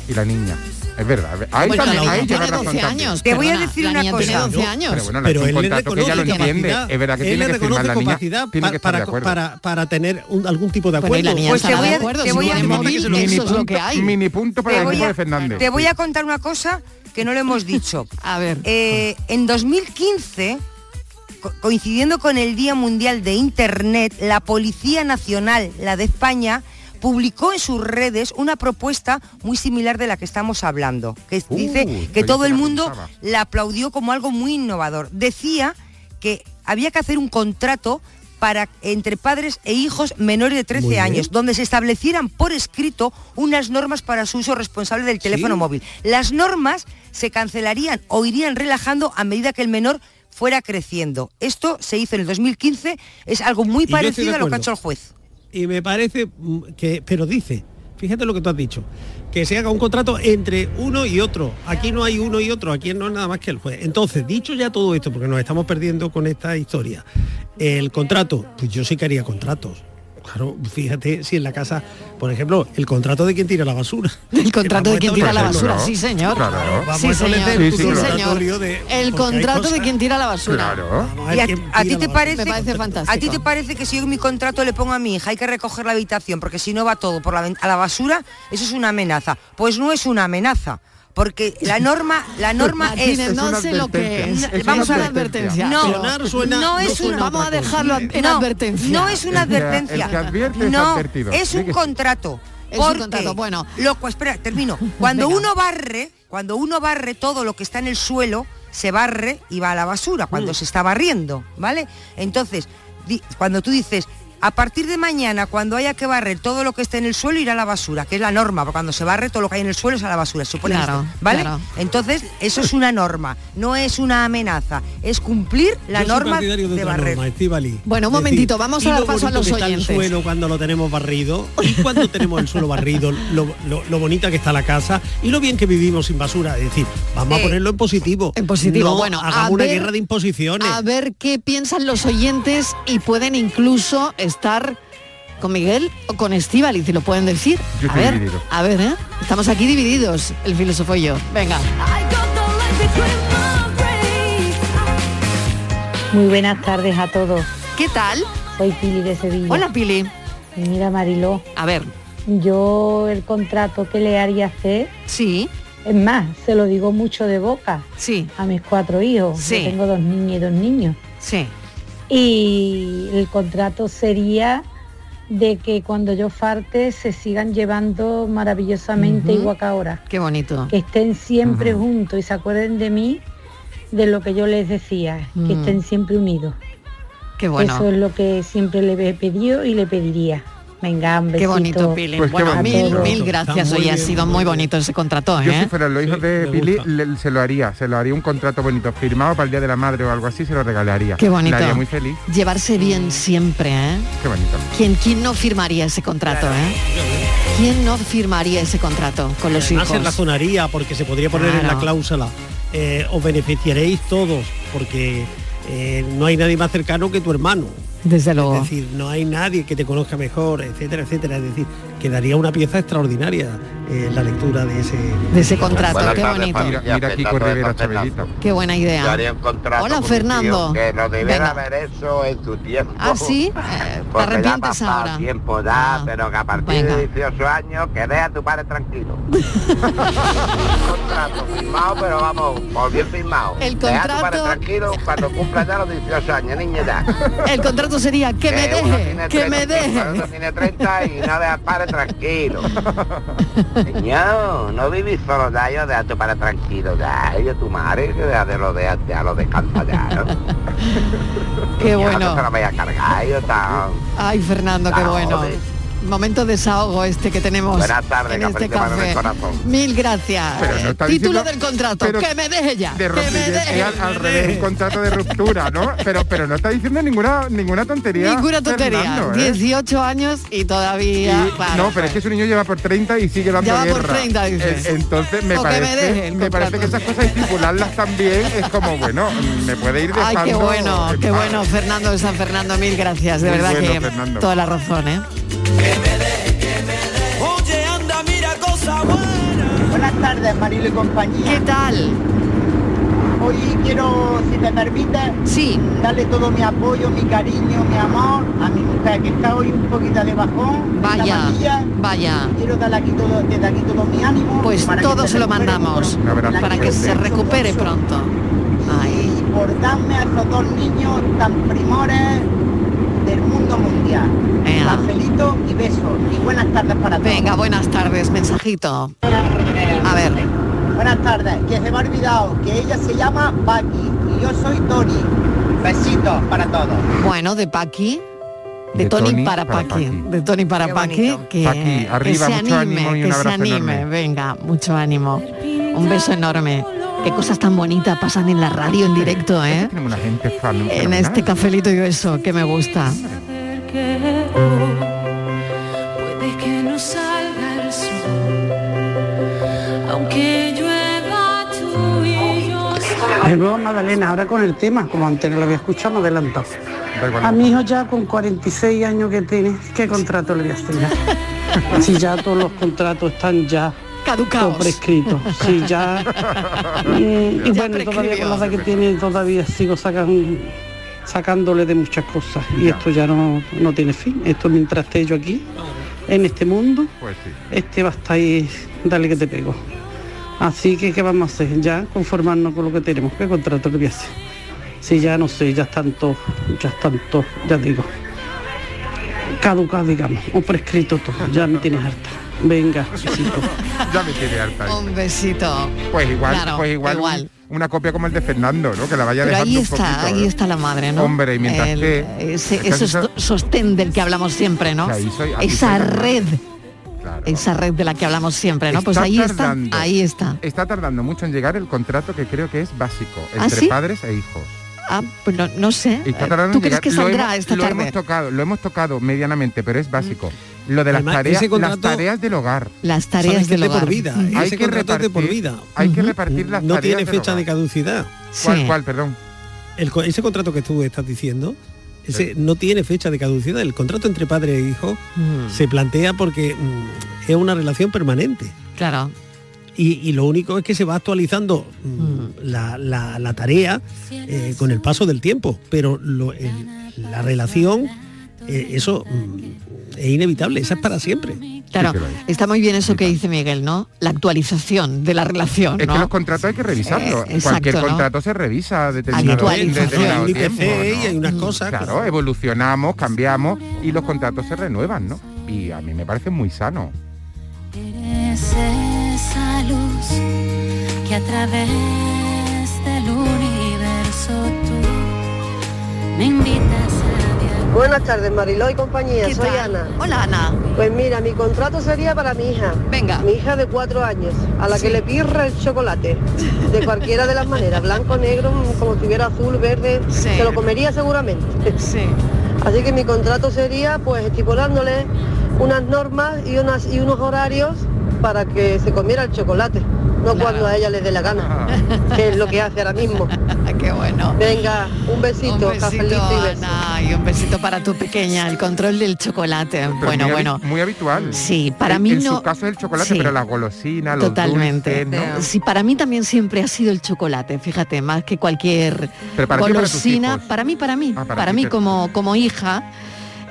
Speaker 13: Y la niña, es verdad, ahí
Speaker 15: Bueno,
Speaker 13: también,
Speaker 15: la
Speaker 13: ahí
Speaker 15: niña
Speaker 13: lleva
Speaker 15: tiene
Speaker 13: razón
Speaker 15: 12
Speaker 13: también.
Speaker 15: años, Te voy a perdona, decir la una niña tiene cosa. 12 años.
Speaker 13: Pero bueno,
Speaker 15: Pero
Speaker 13: es
Speaker 15: él
Speaker 13: un
Speaker 15: le
Speaker 13: contrato que ella lo
Speaker 15: reconoce
Speaker 13: entiende,
Speaker 15: capacidad.
Speaker 13: es verdad que
Speaker 15: Él
Speaker 13: tiene
Speaker 15: le
Speaker 13: que firmar
Speaker 15: reconoce
Speaker 13: la niña,
Speaker 15: capacidad
Speaker 13: tiene
Speaker 15: pa-
Speaker 13: que estar de
Speaker 15: para,
Speaker 13: acuerdo.
Speaker 15: para, para tener un- algún tipo de
Speaker 12: Bueno,
Speaker 15: acuerdo.
Speaker 12: y la niña Pues te estará voy de a- acuerdo, te si voy no a- tiene mamá, que se lo
Speaker 15: Mini
Speaker 12: diga. Eso es lo
Speaker 15: punto.
Speaker 12: que hay.
Speaker 13: Mini punto para
Speaker 14: Te
Speaker 13: el
Speaker 14: voy
Speaker 13: equipo
Speaker 14: a-
Speaker 13: de Fernández.
Speaker 14: Te voy a contar una cosa que no le hemos dicho. Eh,
Speaker 12: a ver.
Speaker 14: en 2015, co- coincidiendo con el Día Mundial de Internet, la Policía Nacional, la de España, publicó en sus redes una propuesta muy similar de la que estamos hablando, que es-
Speaker 16: Uh,
Speaker 14: dice que
Speaker 16: yo
Speaker 14: todo
Speaker 16: se
Speaker 14: el
Speaker 16: la
Speaker 14: mundo
Speaker 16: pensaba.
Speaker 14: la aplaudió como algo muy innovador. Decía que había que hacer un contrato para entre padres e hijos menores de 13 años, donde se establecieran por escrito unas normas para su uso responsable del teléfono móvil. Las normas se cancelarían o irían relajando a medida que el menor fuera creciendo. Esto se hizo en el 2015, es algo muy
Speaker 15: Y yo estoy de
Speaker 14: parecido a lo que ha
Speaker 15: acuerdo.
Speaker 14: hecho el juez.
Speaker 15: y me parece mm, que pero dice fíjate lo que tú has dicho que se haga un contrato entre uno y otro aquí no hay uno y otro aquí no es nada más que el juez entonces dicho ya todo esto porque nos estamos perdiendo con esta historia el contrato pues yo sí que haría contratos claro fíjate si en la casa por ejemplo el contrato de quien tira la basura
Speaker 12: El contrato de quien tira la
Speaker 15: Claro.
Speaker 12: basura, sí señor.
Speaker 15: Claro. Vamos,
Speaker 12: Sí,
Speaker 15: eso le
Speaker 12: señor. Sí,
Speaker 15: dé tu
Speaker 12: señor.
Speaker 15: laboratorio de-
Speaker 12: El
Speaker 15: porque hay
Speaker 12: contrato de
Speaker 15: cosas-
Speaker 12: quien tira la basura.
Speaker 14: Y a, a ti te parece,
Speaker 12: Me parece fantástico.
Speaker 14: a ti te parece que si yo en mi contrato le pongo a mi hija hay que recoger la habitación porque si no va todo por la ven- a la basura, eso es una amenaza. Pues no es una amenaza. Porque la norma, la norma es.
Speaker 12: Pues Martínez, no sé lo que es.
Speaker 14: No,
Speaker 12: Es
Speaker 14: Vamos
Speaker 12: una
Speaker 14: a ver.
Speaker 12: advertencia.
Speaker 14: No,
Speaker 12: Sonar suena-
Speaker 14: no
Speaker 12: no
Speaker 14: es
Speaker 12: suena
Speaker 14: una.
Speaker 12: a Vamos a dejarlo en
Speaker 14: No,
Speaker 12: advertencia.
Speaker 14: No es una
Speaker 12: El que- el que
Speaker 14: advertencia.
Speaker 12: advierte es
Speaker 14: no,
Speaker 12: advertido.
Speaker 14: es un
Speaker 12: Dígase.
Speaker 14: contrato.
Speaker 12: Es un
Speaker 14: porque
Speaker 12: contrato, bueno.
Speaker 14: Lo, cu- espera, termino. Cuando
Speaker 12: Venga.
Speaker 14: uno barre, cuando uno barre todo lo que está en el suelo, se barre y va a la basura
Speaker 12: Mm.
Speaker 14: cuando se está barriendo, ¿vale? Entonces, di- cuando tú dices, a partir de mañana, cuando haya que barrer todo lo que esté en el suelo, irá a la basura, que es la norma, porque cuando se barre todo lo que hay en el suelo es a la basura, se supone
Speaker 12: Claro,
Speaker 14: esto, ¿vale?
Speaker 12: claro.
Speaker 14: Entonces, eso es una norma, no es una amenaza, es cumplir la
Speaker 15: Yo soy
Speaker 14: norma de,
Speaker 15: partidario de otra
Speaker 14: barrer.
Speaker 15: norma, eh. Estíbali.
Speaker 12: Bueno, un
Speaker 15: Es
Speaker 12: momentito, vamos a
Speaker 15: y
Speaker 12: dar
Speaker 15: lo
Speaker 12: paso a
Speaker 15: bonito
Speaker 12: los
Speaker 15: que está
Speaker 12: oyentes.
Speaker 15: el suelo cuando lo tenemos barrido y cuando tenemos el suelo barrido, lo, lo- lo bonita que está la casa y lo bien que vivimos sin basura. Es decir, vamos
Speaker 12: Eh,
Speaker 15: a ponerlo en positivo. En
Speaker 12: positivo, bueno, a
Speaker 15: hagamos una
Speaker 12: ver-
Speaker 15: guerra de imposiciones.
Speaker 12: A ver qué piensan los oyentes y pueden incluso estar con Miguel o con Estíbaliz, si lo pueden decir. a
Speaker 15: Yo estoy
Speaker 12: ver,
Speaker 15: dividido.
Speaker 12: a ver, ¿eh? Estamos aquí divididos, el filósofo y yo. Venga.
Speaker 4: Muy buenas tardes a todos.
Speaker 12: ¿Qué tal?
Speaker 4: Soy Pili de Sevilla.
Speaker 12: Hola, Pili.
Speaker 4: Mira, Mariló.
Speaker 12: A ver.
Speaker 4: Yo el contrato que le haría hacer.
Speaker 12: Sí.
Speaker 4: Es más, se lo digo mucho de boca.
Speaker 12: Sí.
Speaker 4: A mis cuatro hijos.
Speaker 12: Sí.
Speaker 4: Yo tengo dos niñas y dos niños.
Speaker 12: Sí.
Speaker 4: Y el contrato sería de que cuando yo falte se sigan llevando maravillosamente
Speaker 12: Ujú.
Speaker 4: igual que ahora.
Speaker 12: Qué bonito.
Speaker 4: Que estén siempre
Speaker 12: Ujú.
Speaker 4: juntos y se acuerden de mí, de lo que yo les decía, que
Speaker 12: Mm.
Speaker 4: estén siempre unidos.
Speaker 12: Qué bueno.
Speaker 4: Eso es lo que siempre le he pedido y le pediría. Venga, un
Speaker 12: Pues Qué
Speaker 4: besito.
Speaker 12: bonito, Pili. bueno, mil, mil gracias. Hoy ha sido muy bonito ese contrato,
Speaker 13: Yo si
Speaker 12: ¿eh?
Speaker 13: fueran los hijos de Pili, le- se lo haría, se lo haría un contrato bonito firmado para el Día de la Madre o algo así, se lo regalaría.
Speaker 12: Qué bonito.
Speaker 13: La haría muy feliz.
Speaker 12: Llevarse bien siempre, ¿eh?
Speaker 13: Qué bonito.
Speaker 12: ¿Quién, quién no firmaría ese contrato, eh? ¿Quién no firmaría ese contrato con los
Speaker 15: Además,
Speaker 12: hijos?
Speaker 15: se razonaría porque se podría poner en
Speaker 12: Claro.
Speaker 15: la cláusula eh, os beneficiaréis todos porque eh, no hay nadie más cercano que tu hermano.
Speaker 12: Desde luego.
Speaker 15: Es decir, no hay nadie que te conozca mejor, etcétera, etcétera. Es decir, quedaría una pieza extraordinaria eh, la lectura de ese,
Speaker 12: De ese contrato,
Speaker 17: Buenas
Speaker 12: qué
Speaker 17: tardes,
Speaker 12: bonito.
Speaker 17: familia.
Speaker 13: Mira aquí
Speaker 17: Pedazo de
Speaker 13: Rivera
Speaker 17: papelazo.
Speaker 13: Chabelita.
Speaker 12: Qué buena
Speaker 17: Yo
Speaker 12: idea.
Speaker 17: haría un contrato
Speaker 12: Hola,
Speaker 17: con mi
Speaker 12: Fernando.
Speaker 17: tío, que nos
Speaker 12: Venga.
Speaker 17: debiera haber hecho en su tiempo.
Speaker 12: ¿Ah, sí? Eh, ¿Te
Speaker 17: Porque ya ha
Speaker 12: arrepientes
Speaker 17: pasado
Speaker 12: ahora? Ah,
Speaker 17: tiempo ya, pero que a partir de 18 años que deje a tu padre tranquilo. contrato firmado, pero vamos, por bien firmado.
Speaker 12: El
Speaker 17: Deja a tu padre
Speaker 12: contrato-
Speaker 17: tranquilo cuando cumpla ya los 18 años, niña ya.
Speaker 12: El contrato sería que me
Speaker 15: eh,
Speaker 17: uno
Speaker 12: deje,
Speaker 17: tiene
Speaker 12: que me
Speaker 17: 30,
Speaker 12: deje.
Speaker 17: uno tiene 30 y no deja al padre tranquilo. Señor, no vivís solo ya, yo deja a tu padre tranquilo ya. Yo tu madre, que deja de lo de, ya lo descansa ya. ¿no?
Speaker 12: Qué
Speaker 17: Señor, No
Speaker 12: bueno.
Speaker 17: se lo vaya a cargar, yo tan...
Speaker 12: Ay, Fernando, qué bueno.
Speaker 17: Joder.
Speaker 12: Momento de desahogo este que tenemos
Speaker 17: Buenas tardes,
Speaker 12: en este
Speaker 17: cafelito para
Speaker 12: café.
Speaker 17: el corazón.
Speaker 12: Mil gracias.
Speaker 13: Pero no está
Speaker 12: Título
Speaker 13: diciendo-
Speaker 12: del contrato,
Speaker 13: pero
Speaker 12: que me deje ya.
Speaker 13: De
Speaker 12: que me
Speaker 13: rompimiento,
Speaker 12: deje.
Speaker 13: al, al revés, un contrato de ruptura, ¿no? Pero, pero no está diciendo ninguna, ninguna tontería.
Speaker 12: Ninguna tontería.
Speaker 13: Fernando, ¿eh?
Speaker 12: 18 años y todavía.
Speaker 13: Y-
Speaker 12: claro,
Speaker 13: no, pero es que su niño lleva por 30 y sigue dando
Speaker 12: Ya va por
Speaker 13: guerra.
Speaker 12: 30, dice.
Speaker 13: Eh, Entonces me
Speaker 12: O que me
Speaker 13: parece,
Speaker 12: deje el
Speaker 13: me
Speaker 12: contrato.
Speaker 13: parece que esas cosas estipularlas también es como, bueno, me puede ir
Speaker 12: Ay,
Speaker 13: dejando. eh,
Speaker 12: qué bueno,
Speaker 13: en
Speaker 12: qué
Speaker 13: paz.
Speaker 12: bueno, Fernando de San Fernando, mil gracias, de
Speaker 13: Muy
Speaker 12: verdad
Speaker 13: bueno,
Speaker 12: que
Speaker 13: Fernando.
Speaker 12: toda la razón, ¿eh?
Speaker 18: Oye, anda, mira cosa buena. Buenas tardes, Marilo y compañía.
Speaker 12: ¿Qué tal?
Speaker 18: Hoy quiero, si me permite,
Speaker 12: sí.
Speaker 18: darle todo mi apoyo, mi cariño, mi amor a mi mujer, que está hoy un poquito de bajón.
Speaker 12: Vaya,
Speaker 18: está malilla.
Speaker 12: vaya.
Speaker 18: Quiero darle aquí todo, desde aquí todo mi ánimo.
Speaker 12: Pues
Speaker 18: para que
Speaker 12: todo se lo
Speaker 18: recupere
Speaker 12: mandamos
Speaker 18: pronto. La
Speaker 12: para que
Speaker 18: quiero
Speaker 12: se
Speaker 18: mucho,
Speaker 12: recupere
Speaker 18: mucho.
Speaker 12: pronto. Ay,
Speaker 18: Y por darme a esos dos niños tan primores del mundo mundial.
Speaker 12: Ea.
Speaker 18: Cafelito y besos. Y buenas tardes para todos.
Speaker 12: venga, buenas tardes, mensajito. A ver,
Speaker 18: Buenas tardes, que se me ha olvidado que ella se llama Paqui y yo soy Tony. Besitos para todos.
Speaker 12: bueno, de Paqui. De,
Speaker 18: De
Speaker 12: Tony,
Speaker 18: Tony
Speaker 12: para
Speaker 18: para
Speaker 12: Paqui, de Tony para Paqui, que,
Speaker 13: Paqui,
Speaker 12: que
Speaker 13: arriba,
Speaker 12: se anime,
Speaker 13: mucho ánimo y un
Speaker 12: que se
Speaker 13: abrazo
Speaker 12: anime,
Speaker 13: enorme.
Speaker 12: venga, mucho ánimo, un beso enorme, qué cosas tan bonitas pasan en la radio en directo, ¿eh?
Speaker 13: Tenemos una gente fan.
Speaker 12: En este cafelito y eso, que me gusta.
Speaker 2: Puede que no salga el sol, aunque llueva tú y yo.
Speaker 19: De nuevo, Magdalena, ahora con el tema, como antes no lo había escuchado, me adelantado. A mi hijo ya con 46 años que tiene, ¿qué contrato le voy a hacer ya? Si ya todos los contratos están ya
Speaker 12: caducados,
Speaker 19: prescritos, si ya... Mm, y
Speaker 12: Ya
Speaker 19: bueno, todavía
Speaker 12: prescribió.
Speaker 19: con la edad que tiene, todavía sigo sacan- sacándole de muchas cosas y
Speaker 13: Ya.
Speaker 19: esto ya no, no tiene fin. Esto mientras esté yo aquí, en este mundo,
Speaker 13: Pues sí.
Speaker 19: este va a estar ahí, dale que te pego. Así que, ¿qué vamos a hacer? Ya conformarnos con lo que tenemos. ¿Qué contrato le voy a hacer? Si ya no sé, ya están todos, ya están todos, ya digo. Caducado, digamos, o prescrito todo. Ya me tienes harta. Venga, besito.
Speaker 13: Ya me tiene harta. dice.
Speaker 12: Un besito.
Speaker 13: Pues igual,
Speaker 12: Claro,
Speaker 13: pues igual, un-
Speaker 12: igual.
Speaker 13: una copia como el de Fernando, ¿no? Que la vaya
Speaker 12: Pero
Speaker 13: dejando
Speaker 12: ahí
Speaker 13: un
Speaker 12: está,
Speaker 13: poquito, ¿eh?
Speaker 12: ahí
Speaker 13: ¿no?
Speaker 12: está la madre, ¿no?
Speaker 13: Hombre, y mientras
Speaker 12: El-
Speaker 13: que-
Speaker 12: ese,
Speaker 13: que
Speaker 12: ese
Speaker 13: esa-
Speaker 12: sto- sostén del que hablamos siempre, ¿no?
Speaker 13: Que ahí soy- aquí
Speaker 12: esa
Speaker 13: soy la madre.
Speaker 12: red, esa red de la que hablamos siempre, ¿no? Pues
Speaker 13: Está
Speaker 12: ahí
Speaker 13: tardando.
Speaker 12: está, ahí está.
Speaker 13: Está tardando mucho en llegar el contrato que creo que es básico,
Speaker 12: ¿Ah,
Speaker 13: entre
Speaker 12: sí?
Speaker 13: padres e hijos.
Speaker 12: Ah, pues no, no sé.
Speaker 13: Está tardando
Speaker 12: ¿Tú
Speaker 13: en
Speaker 12: crees
Speaker 13: llegar.
Speaker 12: que
Speaker 13: Lo
Speaker 12: saldrá
Speaker 13: hemos-
Speaker 12: esta
Speaker 13: lo
Speaker 12: tarde? Mm.
Speaker 13: Hemos tocado, lo hemos tocado medianamente, pero es básico. Lo de las
Speaker 15: Además,
Speaker 13: tareas,
Speaker 15: ese contrato-
Speaker 13: las tareas del hogar.
Speaker 12: Las
Speaker 15: Sabes que es de por vida,
Speaker 13: Ujú. Hay
Speaker 15: ese
Speaker 13: que
Speaker 15: contrato es de por
Speaker 13: repartir-
Speaker 15: vida.
Speaker 13: Hay que
Speaker 15: Ujú.
Speaker 13: repartir las
Speaker 15: No
Speaker 13: tareas
Speaker 15: tiene
Speaker 13: del
Speaker 15: fecha
Speaker 13: hogar.
Speaker 15: de caducidad.
Speaker 13: ¿Cuál, cuál, perdón?
Speaker 15: El co- ese contrato que tú estás diciendo, ese no tiene fecha de caducidad. El contrato entre padre e hijo
Speaker 13: Mm.
Speaker 15: se plantea porque mm, es una relación permanente.
Speaker 12: Claro.
Speaker 15: Y, y lo único es que se va actualizando mm, la, la- la tarea eh, con el paso del tiempo, pero lo- el- la relación eh, eso mm, es inevitable, esa es para siempre.
Speaker 12: Claro, está muy bien eso que dice Miguel, ¿no? La actualización de la relación,
Speaker 13: Es
Speaker 12: ¿no?
Speaker 13: que los contratos hay que revisarlos.
Speaker 12: Eh, exacto,
Speaker 13: Cualquier
Speaker 12: ¿no?
Speaker 13: contrato se revisa a determinado, en
Speaker 15: Actualización,
Speaker 13: determinado
Speaker 15: hay un IPC
Speaker 13: tiempo. ¿no?
Speaker 15: y hay
Speaker 12: Mm,
Speaker 15: unas cosas pues. que-
Speaker 13: Claro, evolucionamos, cambiamos y los contratos se renuevan, ¿no? Y a mí me parece muy sano.
Speaker 2: Eres esa luz que a través del universo tú me invitas
Speaker 20: Buenas tardes, Mariló y compañía.
Speaker 2: ¿Qué
Speaker 20: Soy
Speaker 2: tal?
Speaker 20: Ana.
Speaker 12: Hola, Ana.
Speaker 20: Pues mira, mi contrato sería para mi hija. Venga. Mi hija de cuatro años, a la que le pirra el chocolate. De cualquiera de las maneras, blanco, negro, como si tuviera azul, verde. Se lo comería seguramente.
Speaker 12: Sí.
Speaker 20: Así que mi contrato sería pues estipulándole unas normas y, unas, y unos horarios para que se comiera el chocolate. No cuando a ella le dé la gana, que es lo que hace ahora mismo.
Speaker 12: Qué bueno.
Speaker 20: Venga, un besito,
Speaker 12: Un besito,
Speaker 20: cafelito y besos.
Speaker 12: Ana, y un besito para tu pequeña, el control del chocolate.
Speaker 13: Pero
Speaker 12: bueno,
Speaker 13: muy habi-
Speaker 12: bueno.
Speaker 13: Muy habitual.
Speaker 12: Sí, para
Speaker 13: En-
Speaker 12: mí
Speaker 13: en
Speaker 12: no.
Speaker 13: su caso es el chocolate,
Speaker 12: Sí.
Speaker 13: pero las golosinas, los
Speaker 12: Totalmente.
Speaker 13: dulces, ¿no?
Speaker 12: Sí, para mí también siempre ha sido el chocolate, fíjate, más que cualquier
Speaker 13: Pero para ti o para tus
Speaker 12: golosina.
Speaker 13: hijos.
Speaker 12: para mí, para mí,
Speaker 13: Ah,
Speaker 12: para,
Speaker 13: para ti,
Speaker 12: mí
Speaker 13: pero-
Speaker 12: como, como hija,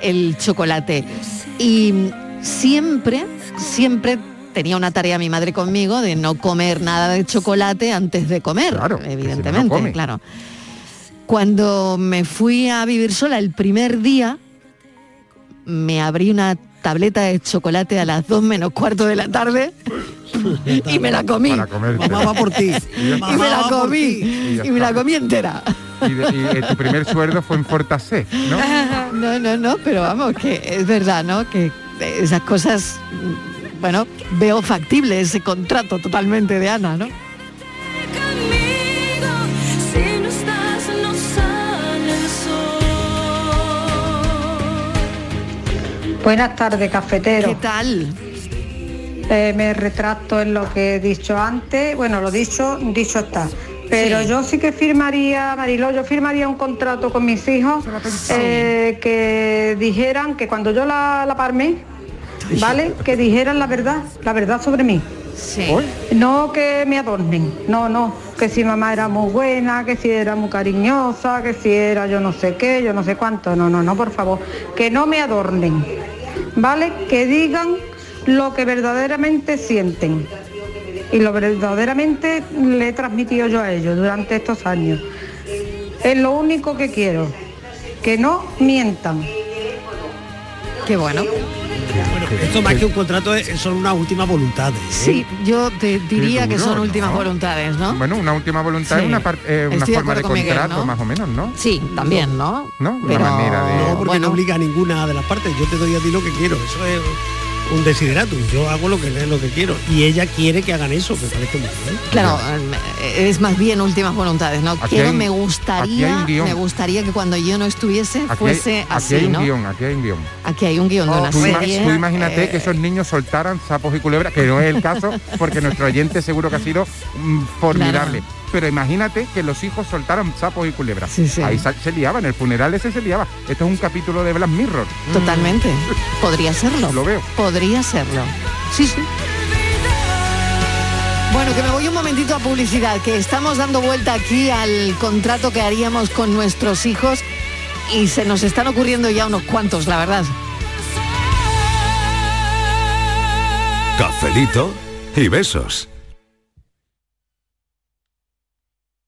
Speaker 12: el chocolate. Y siempre, siempre tenía una tarea mi madre conmigo de no comer nada de chocolate antes de comer, evidentemente,
Speaker 21: come.
Speaker 12: claro. Cuando me fui a vivir sola el primer día, me abrí una tableta de chocolate a las 2 menos cuarto de la tarde y me la comí.
Speaker 13: Para comerte.
Speaker 12: Mamá va por ti.
Speaker 13: Y
Speaker 12: Y
Speaker 13: ya está.
Speaker 12: me la comí.
Speaker 13: Y ya
Speaker 12: Y me la
Speaker 13: está.
Speaker 12: comí entera.
Speaker 13: Y, de- y, eh, tu primer sueldo fue en Fortasé, ¿no?
Speaker 12: No, no, no, pero vamos, que es verdad, ¿no? Que esas cosas, mm, bueno, veo factible ese contrato totalmente de Ana, ¿no?
Speaker 2: conmigo. Si no estás, no sale el sol.
Speaker 22: Buenas tardes, cafetero. ¿Qué
Speaker 12: tal?
Speaker 22: me retracto en lo que he dicho antes. Bueno, lo dicho, dicho está. Pero
Speaker 23: Sí.
Speaker 22: yo sí que firmaría, Mariló, yo firmaría un contrato con mis hijos eh, que dijeran que cuando yo la, la parmé, ¿vale? Que dijeran la verdad, la verdad sobre mí. No que me adornen, no, no, que si mamá era muy buena, que si era muy cariñosa, que si era yo no sé qué, yo no sé cuánto, no, no, no, por favor, que no me adornen, ¿vale? Que digan lo que verdaderamente sienten y lo verdaderamente le he transmitido yo a ellos durante estos años. Es lo único que quiero, que no mientan.
Speaker 12: Qué bueno.
Speaker 15: Esto más que un contrato es- son unas últimas voluntades. ¿eh?
Speaker 12: Sí, yo te diría que
Speaker 15: duro,
Speaker 12: son
Speaker 15: ¿no?
Speaker 12: últimas voluntades, ¿no?
Speaker 13: Bueno, una última voluntad
Speaker 12: Sí.
Speaker 13: es una, par- eh, una
Speaker 12: Estoy de
Speaker 13: forma de
Speaker 12: acuerdo con Miguel,
Speaker 13: contrato,
Speaker 12: ¿no?
Speaker 13: más o menos, ¿no?
Speaker 12: Sí, también, ¿no?
Speaker 13: ¿No? Una
Speaker 12: Pero-
Speaker 13: manera de...
Speaker 15: No, porque no obliga a ninguna de las partes. Yo te doy a ti lo que quiero. Eso es un desideratum. Yo hago lo que lo que quiero. Y ella quiere que hagan eso. Me parece muy bien.
Speaker 12: Claro, eh, es más bien últimas voluntades, ¿no?
Speaker 15: Aquí
Speaker 12: Quiero,
Speaker 15: hay-
Speaker 12: me
Speaker 13: aquí hay
Speaker 12: gustaría,
Speaker 13: un guión.
Speaker 12: me gustaría que cuando yo no estuviese
Speaker 13: Aquí hay,
Speaker 12: fuese
Speaker 13: aquí
Speaker 12: así,
Speaker 13: hay un
Speaker 12: ¿no?
Speaker 13: guión, aquí hay un guión.
Speaker 12: Aquí hay un guión de una
Speaker 13: tú, ima-
Speaker 12: serie.
Speaker 13: tú imagínate
Speaker 12: eh,
Speaker 13: que esos niños soltaran sapos y culebras, que no es el caso, porque nuestro oyente seguro que ha sido mm, formidable. Pero imagínate que los hijos soltaran sapos y culebras. Ahí sa- se liaba, en el funeral ese se liaba. Esto es un capítulo de Black Mirror. Mm.
Speaker 12: Totalmente. Podría serlo.
Speaker 13: Lo veo.
Speaker 12: Podría serlo. Sí, sí. Bueno, que me voy un momentito a publicidad, que estamos dando vuelta aquí al contrato que haríamos con nuestros hijos y se nos están ocurriendo ya unos cuantos, la verdad.
Speaker 3: Cafelito y besos.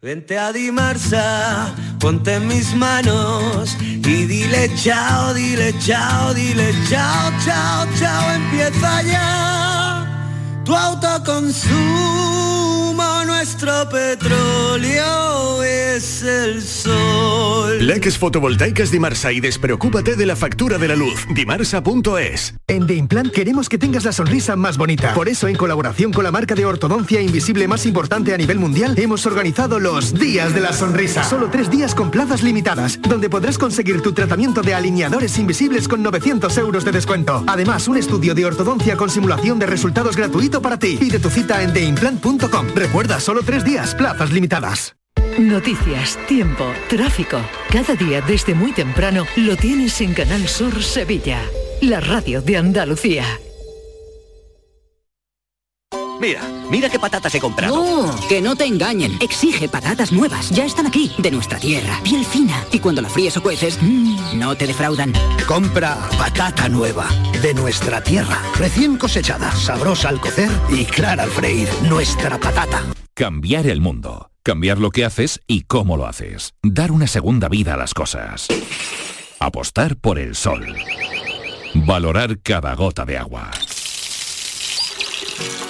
Speaker 24: Vente a Dimarsa, ponte en mis manos y dile chao, dile chao, dile chao, chao, chao, empieza ya. Tu autoconsumo, nuestro petróleo es el sol.
Speaker 25: Placas fotovoltaicas Dimarsa y despreocúpate de la factura de la luz. Dimarsa.es.
Speaker 26: En The Implant queremos que tengas la sonrisa más bonita. Por eso, en colaboración con la marca de ortodoncia invisible más importante a nivel mundial, hemos organizado los Días de la Sonrisa. Solo tres días con plazas limitadas, donde podrás conseguir tu tratamiento de alineadores invisibles con 900 euros de descuento. Además, un estudio de ortodoncia con simulación de resultados gratuito para ti. Pide tu cita en theimplant.com. Recuerda, solo tres días, plazas limitadas.
Speaker 1: Noticias, tiempo, tráfico. Cada día desde muy temprano lo tienes en Canal Sur Sevilla, la radio de Andalucía.
Speaker 21: Mira, mira qué patatas he comprado.
Speaker 23: No, que no te engañen. Exige patatas nuevas. Ya están aquí, de nuestra tierra. Piel fina. Y cuando la fríes o cueces, mmm, no te defraudan.
Speaker 27: Compra patata nueva, de nuestra tierra. Recién cosechada, sabrosa al cocer y clara al freír. Nuestra patata.
Speaker 28: Cambiar el mundo. Cambiar lo que haces y cómo lo haces. Dar una segunda vida a las cosas. Apostar por el sol. Valorar cada gota de agua.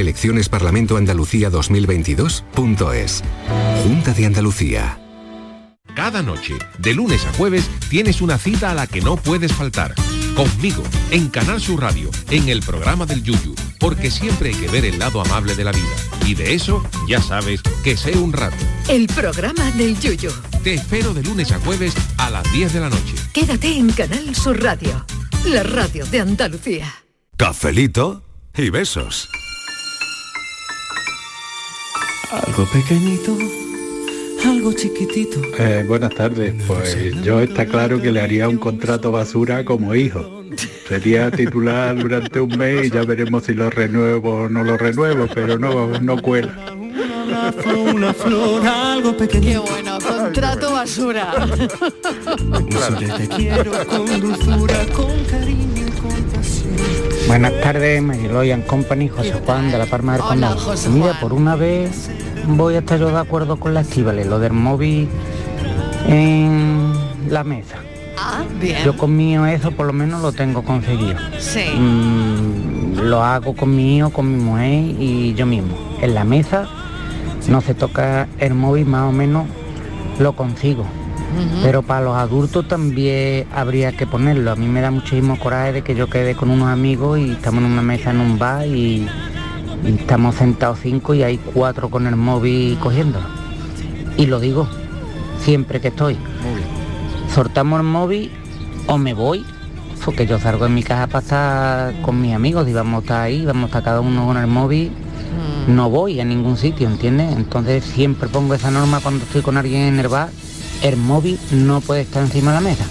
Speaker 5: eleccionesparlamentoandalucía2022.es. Junta de Andalucía.
Speaker 29: Cada noche, de lunes a jueves, tienes una cita a la que no puedes faltar. Conmigo, en Canal Sur Radio, en el programa del Yuyu, porque siempre hay que ver el lado amable de la vida. Y de eso, ya sabes, que sé un rato.
Speaker 1: El programa del Yuyo.
Speaker 29: Te espero de lunes a jueves a las 10 de la noche.
Speaker 1: Quédate en Canal Sur Radio, la radio de Andalucía.
Speaker 3: Cafelito y besos.
Speaker 10: Algo pequeñito, algo chiquitito.
Speaker 30: Eh, buenas tardes, pues yo está claro que le haría un contrato basura como hijo. Sería titular durante un mes y ya veremos si lo renuevo o no lo renuevo, pero no, no cuela.
Speaker 10: Una flor, algo pequeñito.
Speaker 12: Qué bueno, contrato basura.
Speaker 10: Te quiero con dulzura, con cariño y con pasión.
Speaker 31: Buenas tardes, Mariloyan Company, José Juan de la Palma del Condado. Mira, por una vez voy a estar yo de acuerdo con la Estivales, lo del móvil en la mesa.
Speaker 12: Ah, bien.
Speaker 31: Yo con mío eso por lo menos lo tengo conseguido.
Speaker 12: Sí.
Speaker 31: Mm, lo hago con mi hijo, con mi mujer y yo mismo. En la mesa no se toca el móvil, más o menos lo consigo.
Speaker 12: Ujú.
Speaker 31: Pero para los adultos también habría que ponerlo. A mí me da muchísimo coraje de que yo quede con unos amigos y estamos en una mesa en un bar y, y estamos sentados cinco y hay cuatro con el móvil cogiéndolo. Y lo digo siempre que estoy. Sortamos el móvil o me voy, porque yo salgo de mi casa para estar con mis amigos y vamos a estar ahí, vamos a estar cada uno con el móvil. No voy a ningún sitio, ¿entiendes? Entonces siempre pongo esa norma cuando estoy con alguien en el bar, el móvil no puede estar encima de la mesa.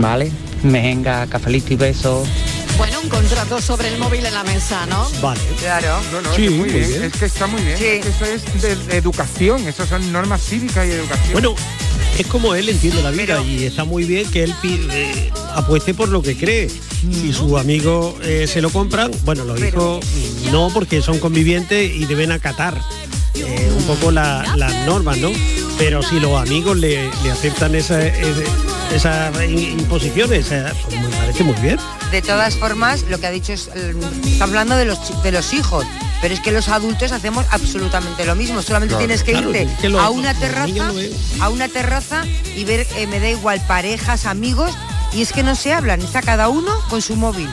Speaker 31: ¿Vale? Venga, cafelito y besos.
Speaker 12: Bueno, un contrato sobre el móvil en la mesa, ¿no?
Speaker 31: Vale.
Speaker 12: Claro.
Speaker 13: No, no, es muy bien. Es que está muy bien. es que eso es de, de educación, eso son normas cívicas y educación.
Speaker 31: Bueno,
Speaker 13: es como él entiende
Speaker 31: la
Speaker 13: vida
Speaker 31: y
Speaker 15: está muy bien que él pi- eh, apueste por lo que cree. Si su amigo eh, se lo compran, bueno, los hijos mm, no, porque son convivientes y deben acatar eh, un poco la- las normas, ¿no? Pero si los amigos le, le aceptan esa- ese- esas imposiciones, eh, pues me parece muy bien.
Speaker 14: De todas formas, lo que ha dicho es, eh, está hablando de los, chi- de los hijos, pero es que los adultos hacemos absolutamente lo mismo, solamente
Speaker 32: Claro.
Speaker 14: tienes que
Speaker 32: Claro,
Speaker 14: irte
Speaker 32: es que lo-
Speaker 14: a una
Speaker 32: los
Speaker 14: terraza,
Speaker 32: niños lo ven.
Speaker 14: a una terraza y ver, eh, me da igual, parejas, amigos, y es que no se hablan, está cada uno con su móvil.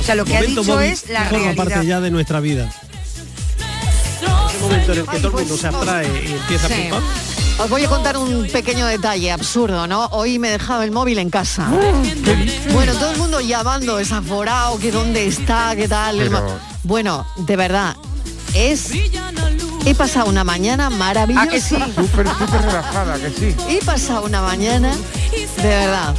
Speaker 14: O sea, lo que ha
Speaker 15: Momento
Speaker 14: dicho
Speaker 15: móvil
Speaker 14: es la
Speaker 15: forma parte
Speaker 14: realidad.
Speaker 15: ya de nuestra vida. Ese momento en el que todo el mundo se abstrae y empieza
Speaker 12: Sí.
Speaker 15: a pum, pam,
Speaker 12: Os voy a contar un pequeño detalle absurdo, ¿no? Hoy me he dejado el móvil en casa. Bueno, todo el mundo llamando, desaforado, que dónde está, qué tal.
Speaker 2: Pero-
Speaker 12: hermano. Bueno, de verdad, es... He pasado una mañana maravillosa.
Speaker 13: Ah, que sí. Súper, súper relajada, que sí.
Speaker 12: He pasado una mañana, de verdad.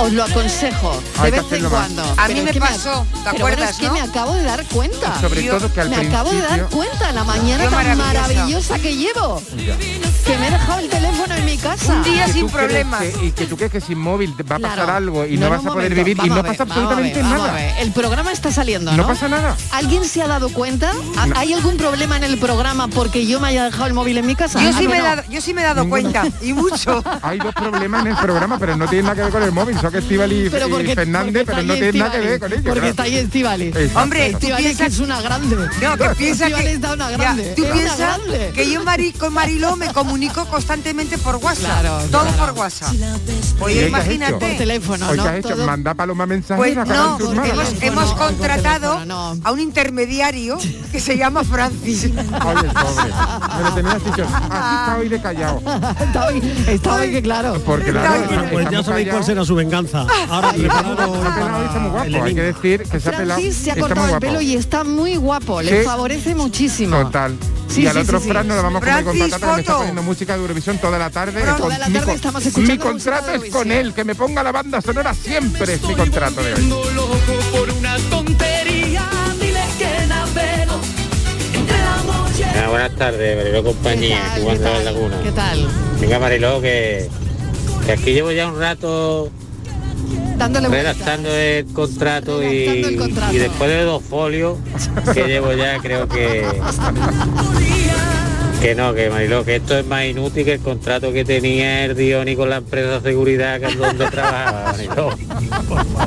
Speaker 12: Os lo aconsejo, de
Speaker 13: Hay que
Speaker 12: vez en
Speaker 13: hacerlo más.
Speaker 12: cuando.
Speaker 14: A mí
Speaker 12: es
Speaker 14: me
Speaker 12: que
Speaker 14: pasó, ¿te
Speaker 12: pero bueno,
Speaker 14: acuerdas,
Speaker 12: es que
Speaker 14: no?
Speaker 12: me acabo de dar cuenta.
Speaker 13: Sobre Yo- todo que al
Speaker 12: Me acabo de dar
Speaker 13: principio-
Speaker 12: cuenta la mañana
Speaker 13: Qué
Speaker 12: tan
Speaker 13: maravillosa.
Speaker 12: maravillosa que llevo.
Speaker 13: Ya.
Speaker 12: Que me he dejado el teléfono en mi casa.
Speaker 14: Un día
Speaker 13: ¿Y
Speaker 14: sin
Speaker 13: tú crees
Speaker 14: problemas.
Speaker 13: que- y que tú crees que sin móvil te va a pasar
Speaker 12: Claro.
Speaker 13: algo y no,
Speaker 12: No, no,
Speaker 13: vas a
Speaker 12: un
Speaker 13: poder
Speaker 12: momento.
Speaker 13: vivir
Speaker 12: Vamos
Speaker 13: y
Speaker 12: a
Speaker 13: no
Speaker 12: ver,
Speaker 13: pasa
Speaker 12: vamos a
Speaker 13: absolutamente
Speaker 12: ver, vamos
Speaker 13: nada.
Speaker 12: a ver. El programa está saliendo, ¿no?
Speaker 13: No pasa nada.
Speaker 12: ¿Alguien se ha dado cuenta? ¿Ha-
Speaker 13: No.
Speaker 12: ¿Hay algún problema en el programa porque yo me haya dejado el móvil en mi casa? Ah,
Speaker 14: Yo
Speaker 12: ¿A
Speaker 14: sí,
Speaker 12: que
Speaker 14: me he
Speaker 12: no?
Speaker 14: dado, yo sí me he dado cuenta, y mucho.
Speaker 13: Hay dos problemas en el programa, pero no tienen nada que ver con el móvil. Son que Estíbal y,
Speaker 12: Pero
Speaker 13: y
Speaker 12: porque- porque
Speaker 13: Fernández, pero
Speaker 12: está
Speaker 13: no
Speaker 12: ahí
Speaker 13: tienen nada que ver
Speaker 12: Estíbaliz,
Speaker 13: con ellos.
Speaker 12: Porque
Speaker 13: claro.
Speaker 12: está ahí Estivales.
Speaker 13: Exacto. Hombre, tú
Speaker 12: es una grande.
Speaker 14: No, que piensa que,
Speaker 12: Estíbaliz da una
Speaker 14: ya,
Speaker 12: grande.
Speaker 14: tú
Speaker 12: es una
Speaker 14: piensas
Speaker 12: grande.
Speaker 14: que yo Mari- con Mariló me comunico constantemente por WhatsApp.
Speaker 12: Claro,
Speaker 14: todo
Speaker 12: claro.
Speaker 14: por Whatsap. Pues
Speaker 13: ¿Y hoy qué has
Speaker 14: imagínate.
Speaker 13: hecho?
Speaker 12: Pues
Speaker 13: Hoy qué has hecho? Manda paloma
Speaker 14: Pues
Speaker 13: mensajera.
Speaker 14: no, hemos,
Speaker 13: Oye,
Speaker 14: hemos contratado a un intermediario que se llama Francis.
Speaker 13: pobre. Me lo tenías dicho.
Speaker 12: "Ah,
Speaker 13: Así está hoy de callado.
Speaker 12: está hoy, está hoy que claro.
Speaker 13: Porque claro,
Speaker 15: Pues ya sabéis cuál será su venganza. Ahora prepararos para el
Speaker 13: Pues hay que
Speaker 15: enigma.
Speaker 13: decir que se ha pelado.
Speaker 12: Ah. Francis se ha
Speaker 13: está muy
Speaker 12: cortado el
Speaker 13: guapo.
Speaker 12: pelo y está muy guapo. Le
Speaker 13: Sí.
Speaker 12: favorece muchísimo.
Speaker 13: Total.
Speaker 12: Sí,
Speaker 13: y al
Speaker 12: sí,
Speaker 13: otro
Speaker 12: sí, sí.
Speaker 13: Fran nos lo vamos a comer con
Speaker 12: Francis,
Speaker 13: patata que me está
Speaker 12: foto.
Speaker 13: poniendo música de Eurovisión toda la tarde.
Speaker 12: Pronto. Toda la tarde
Speaker 13: mi con-
Speaker 12: estamos escuchando
Speaker 13: mi contrato
Speaker 12: música de
Speaker 13: es con
Speaker 12: Eurovisión.
Speaker 13: él, que me ponga la banda sonora siempre es mi contrato de hoy.
Speaker 2: loco por una tontería, dile que navego entre el amor y el-
Speaker 20: Ah, buenas tardes, Mariló Compañía, jugando en la laguna.
Speaker 12: ¿Qué tal?
Speaker 20: Venga, Mariló, que, que aquí llevo ya un rato
Speaker 12: Dándole
Speaker 20: redactando el contrato, y, y después de dos folios que llevo ya creo que que no, que Mariló, que esto es más inútil que el contrato que tenía el Dioni con la empresa de seguridad que es donde trabajaba, Mariló.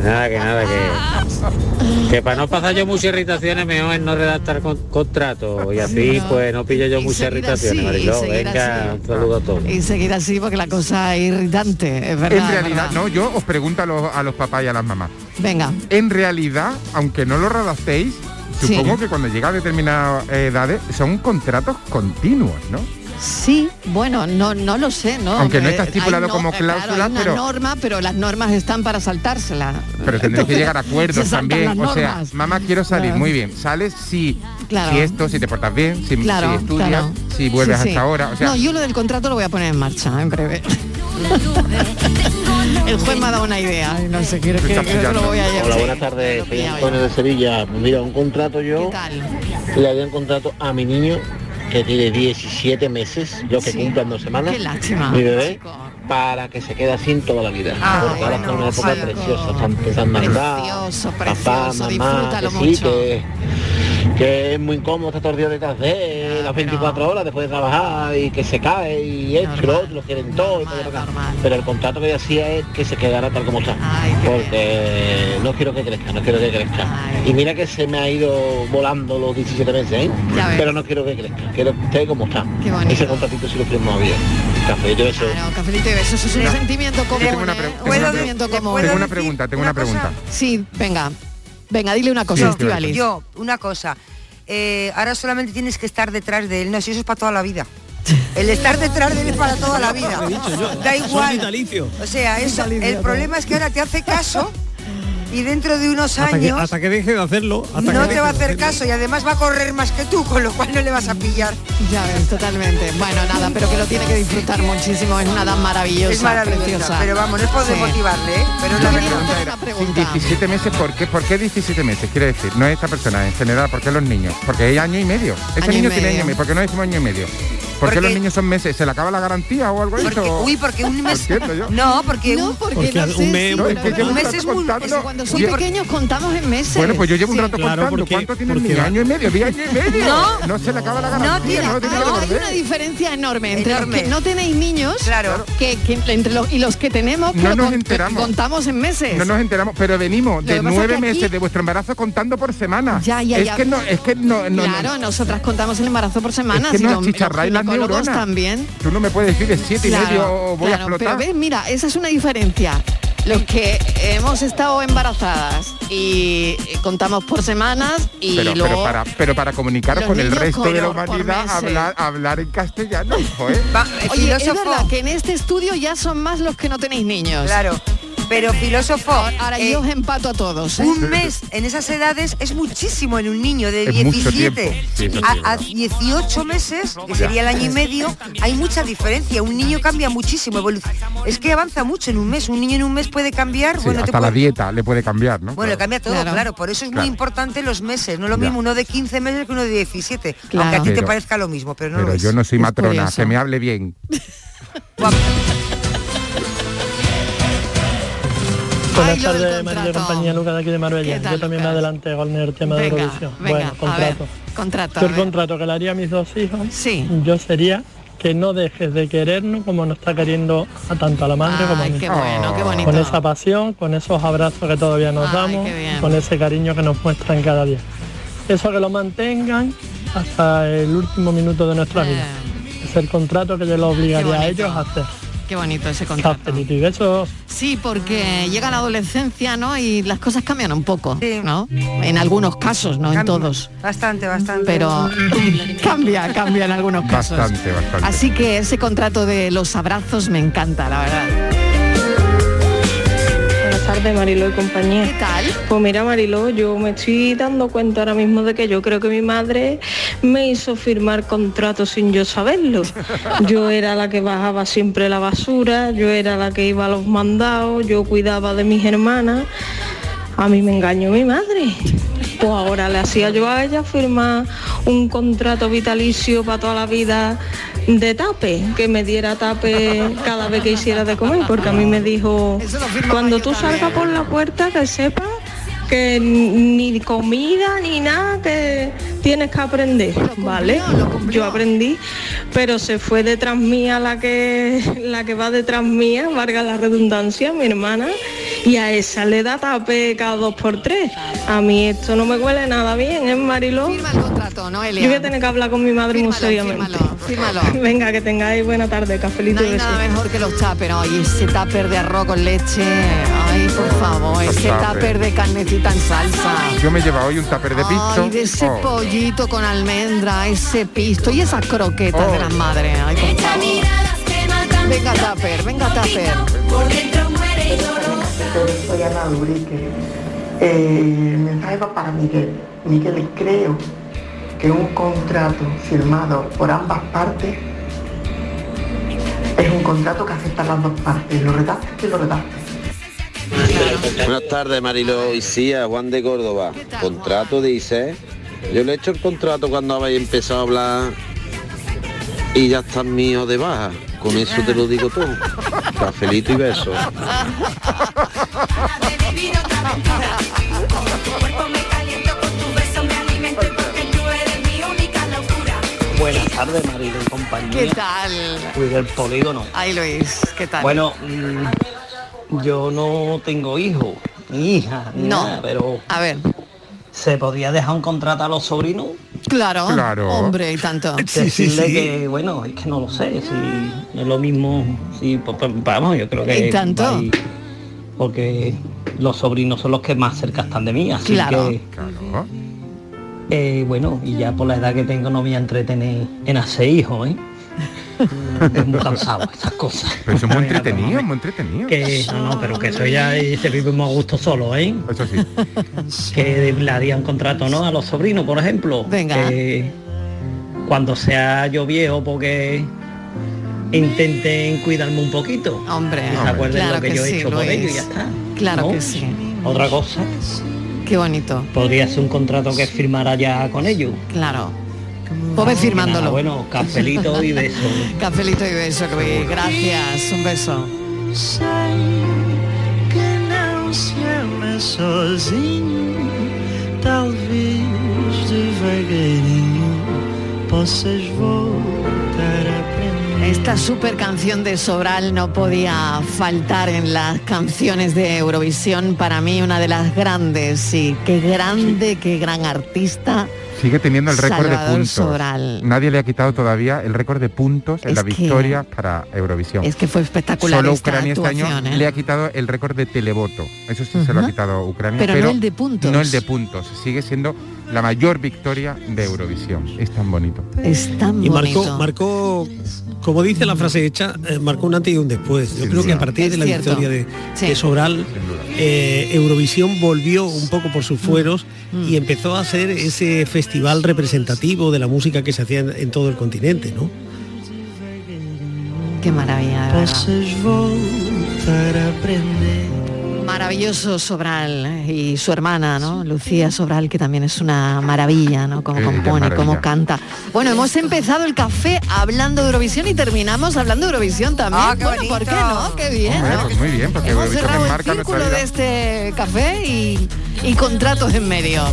Speaker 20: Nada, que nada, que, que para no pasar yo muchas irritaciones mejor es no redactar con, contrato y así pues no pillo yo muchas
Speaker 12: seguir así,
Speaker 20: irritaciones, Mariló.
Speaker 12: y seguir
Speaker 20: Venga, un saludo a todos.
Speaker 12: Y seguir así porque la cosa es irritante, es verdad.
Speaker 13: en realidad,
Speaker 12: es verdad.
Speaker 13: no, yo os pregunto a los, a los papás y a las mamás.
Speaker 12: Venga.
Speaker 13: En realidad, aunque no lo redactéis,
Speaker 12: Sí.
Speaker 13: supongo que cuando llega a determinadas eh, edades son contratos continuos, ¿no?
Speaker 12: Sí, bueno, no, no lo sé, ¿no?
Speaker 13: Aunque no
Speaker 12: Eh,
Speaker 13: está estipulado
Speaker 12: hay
Speaker 13: como
Speaker 12: eh, claro,
Speaker 13: cláusula,
Speaker 12: hay una
Speaker 13: pero-
Speaker 12: norma, pero las normas están para saltárselas.
Speaker 13: Pero tendréis que
Speaker 12: Entonces,
Speaker 13: llegar a acuerdos
Speaker 12: se saltan
Speaker 13: también.
Speaker 12: las
Speaker 13: O sea,
Speaker 12: normas.
Speaker 13: mamá, quiero salir.
Speaker 12: Claro.
Speaker 13: Muy bien. Sales si,
Speaker 12: Claro.
Speaker 13: si esto, si te portas bien, si,
Speaker 12: Claro,
Speaker 13: si estudias,
Speaker 12: claro.
Speaker 13: si vuelves
Speaker 12: Sí, sí.
Speaker 13: hasta ahora. O sea,
Speaker 12: No, yo lo del contrato lo voy a poner en marcha en breve. El juez me ha dado una idea, y no sé, quiero que, creo que lo voy a llevar.
Speaker 22: Hola, buenas tardes, soy Antonio de Sevilla. Mira, un contrato yo le había un contrato a mi niño que tiene 17 meses, yo que
Speaker 12: Sí.
Speaker 22: cumplo en dos semanas.
Speaker 12: Qué lástima, Ah,
Speaker 22: Mi bebé, para que se quede así en toda la vida. Porque ahora está en una época preciosa, está empezando a andar.
Speaker 12: Precioso,
Speaker 22: Papá,
Speaker 12: precioso,
Speaker 22: mamá, que
Speaker 12: disfrútalo
Speaker 22: sí,
Speaker 12: mucho.
Speaker 22: que, que es muy incómodo estar todo el día detrás de él, las 24 horas después de trabajar y que se cae y esto y lo otro, lo quieren todo y todo lo que haga. Pero el contrato que yo hacía es que se quedara tal como está. porque no quiero que crezca, no quiero que crezca. Y mira que se me ha ido volando los 17 meses, ¿eh?
Speaker 12: Ya ves.
Speaker 22: pero no quiero que crezca, quiero que esté como está. Ese contratito si lo firmo bien. Café, yo eso.
Speaker 12: Cafelito y besos, eso es un
Speaker 22: No.
Speaker 12: sentimiento común.
Speaker 13: tengo una,
Speaker 12: ¿eh?
Speaker 13: pre- tengo
Speaker 12: Un
Speaker 13: una pre-
Speaker 12: sentimiento común.
Speaker 13: tengo una pregunta, tengo una pregunta.
Speaker 12: Sí, venga. Venga, dile una cosa, Estivali.
Speaker 14: Yo, una cosa. Eh, ahora solamente tienes que estar detrás de él. No, si eso es para toda la vida. El estar detrás de él es para toda la vida.
Speaker 15: Lo he dicho yo,
Speaker 14: Da
Speaker 15: son
Speaker 14: igual.
Speaker 15: vitalicios.
Speaker 14: O sea, eso, el
Speaker 15: Vitalicio,
Speaker 14: problema es que ahora te hace caso y dentro de unos
Speaker 15: Hasta que,
Speaker 14: años
Speaker 15: hasta que deje de hacerlo. Hasta
Speaker 14: no
Speaker 15: que
Speaker 14: te
Speaker 15: deje
Speaker 14: va a
Speaker 15: de
Speaker 14: hacer caso y además va a correr más que tú, con lo cual no le vas a pillar.
Speaker 12: Ya ves, totalmente. Bueno, nada, pero que lo tiene que disfrutar muchísimo. Es una edad maravillosa,
Speaker 14: Es maravillosa,
Speaker 12: preciosa.
Speaker 14: pero vamos, no es por
Speaker 12: Sí.
Speaker 14: desmotivarle, ¿eh? pero es
Speaker 12: Yo
Speaker 14: la
Speaker 12: quería
Speaker 14: verdad.
Speaker 12: hacer una pregunta.
Speaker 13: 17 meses, ¿por qué? ¿Por qué 17 meses? Quiere decir, no es esta persona en general, ¿por qué los niños? Porque es año y medio. Ese
Speaker 14: Año y
Speaker 13: niño tiene
Speaker 14: medio.
Speaker 13: año y medio, ¿por qué no decimos año y medio? ¿Por qué los niños son meses? ¿Se le acaba la garantía o algo de
Speaker 14: Porque-
Speaker 13: eso?
Speaker 14: uy, porque un mes...
Speaker 13: cierto, yo-
Speaker 14: No, porque...
Speaker 12: No,
Speaker 14: un-
Speaker 12: porque Porque no sé un mes- si-
Speaker 13: No, es que llevo
Speaker 14: un
Speaker 13: un
Speaker 14: mes
Speaker 13: rato
Speaker 14: es muy...
Speaker 13: contando.
Speaker 12: Cuando son
Speaker 13: Yo-
Speaker 12: pequeños contamos en meses.
Speaker 13: Bueno, pues yo llevo un
Speaker 12: Sí.
Speaker 13: rato contando. ¿Cuánto tiene el niño? Año y medio, di año y medio.
Speaker 12: No.
Speaker 13: se le acaba la
Speaker 12: No,
Speaker 13: garantía.
Speaker 12: mira,
Speaker 13: no lo tiene que
Speaker 12: hay
Speaker 13: devolver.
Speaker 12: una diferencia enorme entre
Speaker 13: Enorme.
Speaker 12: los que no tenéis niños que, que entre los, y los que tenemos
Speaker 13: No
Speaker 12: pero
Speaker 13: nos
Speaker 12: con-
Speaker 13: enteramos.
Speaker 12: contamos en meses.
Speaker 13: No nos enteramos, pero venimos
Speaker 12: Lo que
Speaker 13: de
Speaker 12: pasa es
Speaker 13: nueve
Speaker 12: que
Speaker 13: meses
Speaker 12: aquí-
Speaker 13: de vuestro embarazo contando por semana.
Speaker 12: Ya, ya,
Speaker 13: es
Speaker 12: ya.
Speaker 13: que no, es que no, no-
Speaker 12: claro,
Speaker 13: no-
Speaker 12: nosotras contamos el embarazo por semana.
Speaker 13: es que
Speaker 12: y
Speaker 13: nos
Speaker 12: los-
Speaker 13: achicharráis
Speaker 12: los
Speaker 13: las
Speaker 12: ginecólogos
Speaker 13: neuronas.
Speaker 12: también.
Speaker 13: Tú no me puedes decir es siete y medio o voy
Speaker 12: claro,
Speaker 13: a explotar.
Speaker 12: Pero ves, mira, esa es una diferencia. Los que hemos estado embarazadas y eh, contamos por semanas y
Speaker 13: pero, pero
Speaker 12: luego
Speaker 13: para, pero para comunicaros
Speaker 12: los
Speaker 13: con el
Speaker 12: niños
Speaker 13: resto
Speaker 12: con-
Speaker 13: de la
Speaker 12: por
Speaker 13: humanidad,
Speaker 12: meses.
Speaker 13: hablar, hablar en castellano, hijo, ¿eh?
Speaker 12: Oye,
Speaker 14: filósofo.
Speaker 12: es verdad que en este estudio ya son más los que no tenéis niños.
Speaker 14: Claro, pero filósofo.
Speaker 12: Ahora
Speaker 14: eh,
Speaker 12: yo os empato a todos. ¿eh?
Speaker 14: Un mes en esas edades es muchísimo en un niño de
Speaker 12: Es mucho
Speaker 14: 17
Speaker 12: tiempo. Sí, eso sí,
Speaker 14: a,
Speaker 12: es
Speaker 14: a 18 meses, que
Speaker 12: Ya.
Speaker 14: sería el año y medio, hay mucha diferencia. Un niño cambia muchísimo, evolu- es que avanza mucho en un mes. Un niño en un mes puede cambiar,
Speaker 13: Sí,
Speaker 14: bueno, te
Speaker 13: hasta la
Speaker 14: puede-
Speaker 13: dieta le puede cambiar, ¿no?
Speaker 14: bueno, cambia todo, claro. Por eso es
Speaker 13: Claro.
Speaker 14: muy importante los meses. No es lo
Speaker 13: Ya.
Speaker 14: mismo uno de 15 meses que uno de 17.
Speaker 13: Claro.
Speaker 14: Aunque a ti te
Speaker 13: Pero-
Speaker 14: parezca lo mismo, pero no
Speaker 13: Pero
Speaker 14: lo es.
Speaker 13: yo no soy
Speaker 14: Es
Speaker 13: matrona,
Speaker 14: curioso.
Speaker 13: que me hable bien.
Speaker 14: guapa.
Speaker 16: Buenas tardes, María de compañía Luca de aquí de Marbella. Yo también me adelanté con el tema de
Speaker 12: Venga,
Speaker 16: Eurovisión.
Speaker 12: venga,
Speaker 16: bueno,
Speaker 12: a ver,
Speaker 16: contrato.
Speaker 12: contrato,
Speaker 16: Yo
Speaker 12: a
Speaker 16: el
Speaker 12: ver.
Speaker 16: contrato que le haría a mis dos hijos, yo sería que no dejes de querernos como nos está queriendo a tanto a la madre como a mí.
Speaker 12: qué bueno, qué bonito.
Speaker 16: Con esa pasión, con esos abrazos que todavía nos damos, con ese cariño que nos muestran cada día. Eso que lo mantengan hasta el último minuto de nuestra vida. Es el contrato que yo lo obligaría a
Speaker 12: bonito.
Speaker 16: ellos a hacer.
Speaker 12: Qué bonito ese contrato.
Speaker 16: Cafelito y besos.
Speaker 12: Sí, porque llega la adolescencia, ¿no? Y las cosas cambian un poco, ¿no? En algunos casos, no en todos.
Speaker 14: Bastante, bastante.
Speaker 12: Pero cambia, cambia en algunos casos.
Speaker 13: Bastante, bastante.
Speaker 12: Así que ese contrato de los abrazos me encanta, la verdad.
Speaker 11: Buenas tardes, Mariló y compañía. ¿Qué
Speaker 12: tal?
Speaker 11: Pues mira, Mariló, yo me estoy dando cuenta ahora mismo de que yo creo que mi madre me hizo firmar contratos sin yo saberlo. Yo era la que bajaba siempre la basura, yo era la que iba a los mandados, yo cuidaba de mis hermanas. A mí me engañó mi madre. Pues ahora le hacía yo a ella firmar un contrato vitalicio para toda la vida de tape, que me diera tape cada vez que hiciera de comer, porque a mí me dijo, cuando tú salgas por la puerta, que sepas que ni comida ni nada que tienes que aprender, ¿vale? Yo aprendí, pero se fue detrás mía la que la que va detrás mía, valga la redundancia, mi hermana, y a esa le da tape cada dos por tres. A mí esto no me huele nada bien, ¿eh, Mariló?
Speaker 12: Contrato, ¿no, Elia?
Speaker 11: Yo voy a tener que hablar con mi madre muy
Speaker 12: Fírmalo,
Speaker 11: seriamente.
Speaker 12: fírmalo,
Speaker 11: Venga, que tengáis buena tarde, cafelito
Speaker 12: No
Speaker 11: y
Speaker 12: hay
Speaker 11: besos.
Speaker 12: nada mejor que los tuppers, oye, ese tupper de arroz con leche, ay, por favor,
Speaker 13: Los
Speaker 12: ese
Speaker 13: tupper.
Speaker 12: tupper de carnecita en salsa.
Speaker 13: Yo me he llevado hoy un tupper de pisto.
Speaker 12: Ay, de ese
Speaker 13: Oh.
Speaker 12: pollito con almendra, ese pisto y esas croquetas de las
Speaker 13: Oh.
Speaker 12: madres. Ay, por favor. Venga, Tupper, venga, Tupper.
Speaker 4: Soy Ana Urique. Eh, el mensaje va para Miguel. Miguel, creo que un contrato firmado por ambas partes es un contrato que aceptan las dos partes. Lo redactes que lo redactes.
Speaker 17: Buenas tardes, Marilo Isía, Juan de Córdoba. Contrato dice. Yo le he hecho el contrato cuando habéis empezado a hablar y ya estás mío de baja. Con eso te lo digo todo. Cafelito y beso.
Speaker 18: Buenas tardes, marido y compañía.
Speaker 12: ¿Qué tal?
Speaker 18: Cuida el polígono.
Speaker 12: Ay, Luis, ¿qué tal?
Speaker 18: Bueno, mm, yo no tengo hijo, ni hija, ni
Speaker 12: No.
Speaker 18: nada, pero...
Speaker 12: A ver.
Speaker 18: ¿Se podría dejar un contrato a los sobrinos?
Speaker 12: Claro,
Speaker 18: Claro.
Speaker 12: hombre, y tanto.
Speaker 18: Decirle que, bueno, es que no lo sé, si no es lo mismo, si, pues, pues, vamos, yo creo que...
Speaker 12: Y tanto.
Speaker 18: va ahí, porque los sobrinos son los que más cerca están de mí, así
Speaker 12: Claro.
Speaker 18: que... Eh, bueno, y ya por la edad que tengo no me voy a entretener en hacer hijos, ¿eh? es muy cansado esas cosas.
Speaker 13: Pero eso es muy entretenido, muy entretenido.
Speaker 18: Que, no, no, pero que eso ya eh, se vive muy a gusto solo, ¿eh?
Speaker 13: Eso sí.
Speaker 18: Que le harían contrato, ¿no? A los sobrinos, por ejemplo.
Speaker 12: Venga.
Speaker 18: Que cuando sea yo viejo, porque intenten cuidarme un poquito.
Speaker 12: Hombre,
Speaker 18: Que se acuerden
Speaker 12: claro
Speaker 18: lo que,
Speaker 12: que
Speaker 18: yo
Speaker 12: sí,
Speaker 18: he hecho por
Speaker 12: Luis.
Speaker 18: ellos y ya está.
Speaker 12: Claro
Speaker 18: ¿no?
Speaker 12: que sí.
Speaker 18: Otra cosa,
Speaker 12: Qué bonito.
Speaker 18: podría ser un contrato que firmara ya con ellos.
Speaker 12: Claro. Pues ve
Speaker 18: Nada,
Speaker 12: firmándolo.
Speaker 18: bueno, cafelito y besos.
Speaker 12: Cafelito y beso, Luis. Gracias, un beso.
Speaker 10: Sei que não se ama sozinho, talvez devagarinho possas voltar a
Speaker 12: Esta super canción de Sobral no podía faltar en las canciones de Eurovisión. Para mí una de las grandes. Y qué grande, qué gran artista.
Speaker 13: Sigue teniendo el récord de
Speaker 12: Salvador
Speaker 13: puntos.
Speaker 12: Sobral.
Speaker 13: Nadie le ha quitado todavía el récord de puntos en
Speaker 12: Es
Speaker 13: la
Speaker 12: que-
Speaker 13: victoria para Eurovisión.
Speaker 12: Es que fue espectacular
Speaker 13: Solo
Speaker 12: esta
Speaker 13: Ucrania este año
Speaker 12: actuación, ¿eh?
Speaker 13: le ha quitado el récord de televoto. Eso sí se lo ha quitado Ucrania.
Speaker 12: Pero no el de puntos.
Speaker 13: No el de puntos. Sigue siendo la mayor victoria de Eurovisión. Es tan bonito.
Speaker 12: Es tan
Speaker 15: y
Speaker 12: bonito.
Speaker 15: marcó, marcó, como dice la frase hecha, eh, marcó un antes y un después. Yo creo que a partir
Speaker 12: Es
Speaker 15: de la
Speaker 12: cierto.
Speaker 15: victoria de,
Speaker 12: Sí.
Speaker 15: de Sobral, eh, Eurovisión volvió un poco por sus fueros
Speaker 12: Mm.
Speaker 15: y empezó a hacer esse festival representativo de la música que se hacía en, en todo el continente, ¿no?
Speaker 12: Qué maravilla, de verdad.
Speaker 10: possas voltar a aprender.
Speaker 12: Maravilloso Sobral y su hermana, ¿no? Lucía Sobral, que también es una maravilla, ¿no? Cómo
Speaker 21: Ella es
Speaker 12: compone, cómo
Speaker 21: maravilla.
Speaker 12: canta. Bueno, hemos empezado el café hablando de Eurovisión y terminamos hablando de Eurovisión también. bueno, ¿por qué no? Qué bien,
Speaker 13: Hombre,
Speaker 12: ¿no?
Speaker 13: pues muy bien, porque
Speaker 12: Hemos
Speaker 13: Eurovisión
Speaker 12: cerrado el
Speaker 13: enmarca nuestra
Speaker 12: círculo
Speaker 13: vida.
Speaker 12: de este café y, y contratos en medio.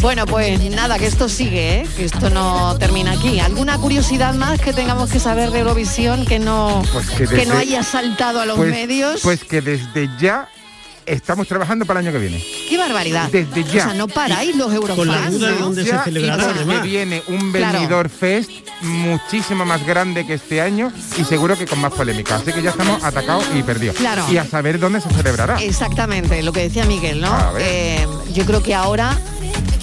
Speaker 12: Bueno, pues nada, que esto sigue, ¿eh? que esto no termina aquí. ¿Alguna curiosidad más que tengamos que saber de Eurovisión que no,
Speaker 13: Pues
Speaker 12: que,
Speaker 13: que
Speaker 12: no
Speaker 13: desde-
Speaker 12: haya saltado a los
Speaker 13: pues,
Speaker 12: medios?
Speaker 13: Pues que desde ya estamos trabajando para el año que viene.
Speaker 12: ¡Qué barbaridad!
Speaker 13: pues Desde
Speaker 12: O
Speaker 13: ya.
Speaker 12: sea, no paráis los eurofans. ¿no?
Speaker 13: Ya, y porque viene un
Speaker 12: Claro.
Speaker 13: vendidor fest muchísimo más grande que este año y seguro que con más polémica. Así que ya estamos atacados y perdidos.
Speaker 12: Claro.
Speaker 13: Y a saber dónde se celebrará.
Speaker 12: Exactamente, lo que decía Miguel, ¿no?
Speaker 13: A ver.
Speaker 12: Eh, yo creo que ahora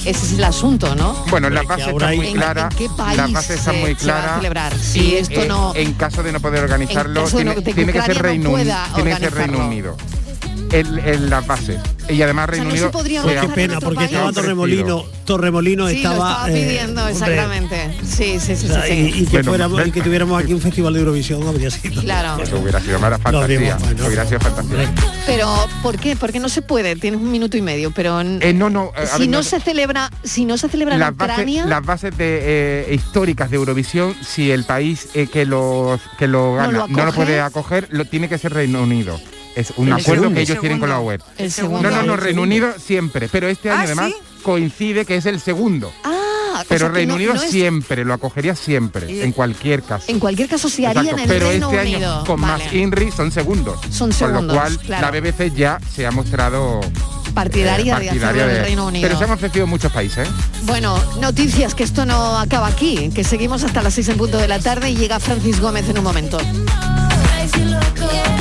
Speaker 12: ese es el asunto, ¿no?
Speaker 13: Bueno, la base está muy
Speaker 12: ¿En-
Speaker 13: clara.
Speaker 12: ¿En qué país
Speaker 13: La base está
Speaker 12: se-
Speaker 13: muy
Speaker 12: se va a
Speaker 13: clara.
Speaker 12: celebrar? Si
Speaker 13: y,
Speaker 12: esto
Speaker 13: eh,
Speaker 12: no...
Speaker 13: En caso de no poder organizarlo,
Speaker 12: caso de no-
Speaker 13: tiene,
Speaker 12: de que
Speaker 13: tiene que ser
Speaker 12: Ucrania no
Speaker 13: Reino Unido.
Speaker 12: pueda
Speaker 13: Tiene que ser Reino
Speaker 12: organizarlo.
Speaker 13: Unido. El, el- las bases. Y además
Speaker 12: sea,
Speaker 13: Reino
Speaker 12: no se
Speaker 13: Unido.
Speaker 12: podría
Speaker 13: se ha-
Speaker 15: Qué pena,
Speaker 13: se ha
Speaker 15: porque estaba
Speaker 13: ofrecido.
Speaker 15: Torremolino, Torremolino
Speaker 12: Sí, lo
Speaker 15: estaba...
Speaker 12: estaba
Speaker 15: eh,
Speaker 12: pidiendo,
Speaker 15: hombre,
Speaker 12: exactamente. Sí, sí, sí, sí.
Speaker 15: o sea,
Speaker 12: sí.
Speaker 15: y, y que
Speaker 13: Bueno,
Speaker 15: fuéramos-
Speaker 13: ven.
Speaker 15: y que tuviéramos aquí un festival de Eurovisión habría sido.
Speaker 12: Claro.
Speaker 13: Eso hubiera sido mala fantasía. hubiera sido fantasía.
Speaker 12: Pero, ¿por qué? Porque no se puede, tienes un minuto y medio, pero...
Speaker 13: Eh, no, no, a
Speaker 12: si
Speaker 13: ver,
Speaker 12: no,
Speaker 13: no-
Speaker 12: se celebra, si no se celebra en
Speaker 13: las
Speaker 12: Ucrania...
Speaker 13: bases, las bases de, eh, históricas de Eurovisión, si el país eh, que, los, que lo gana no
Speaker 12: lo
Speaker 13: lo, puede acoger, lo tiene que ser Reino Unido. Es un acuerdo que ellos tienen con la web.
Speaker 12: El
Speaker 13: No,
Speaker 12: segundo.
Speaker 13: no, no, Reino Unido siempre, pero este año
Speaker 12: ¿Ah,
Speaker 13: además coincide que es el segundo.
Speaker 12: Ah, o
Speaker 13: pero
Speaker 12: sea que
Speaker 13: Reino
Speaker 12: no-
Speaker 13: Unido
Speaker 12: no es-
Speaker 13: siempre, lo acogería siempre,
Speaker 12: Y-
Speaker 13: en cualquier caso.
Speaker 12: En cualquier caso se haría
Speaker 13: Exacto,
Speaker 12: en el
Speaker 13: pero
Speaker 12: Reino
Speaker 13: este
Speaker 12: Unido.
Speaker 13: año con
Speaker 12: Vale.
Speaker 13: más INRI son segundos.
Speaker 12: Son
Speaker 13: Con
Speaker 12: segundos,
Speaker 13: lo cual
Speaker 12: claro.
Speaker 13: la BBC ya se ha mostrado eh,
Speaker 12: Partidaria de hacerlo en el Reino Unido.
Speaker 13: Pero se han ofrecido muchos países. ¿eh?
Speaker 12: Bueno, noticias que esto no acaba aquí, que seguimos hasta las seis en punto de la tarde y llega Francis Gómez en un momento.
Speaker 2: crazy loco.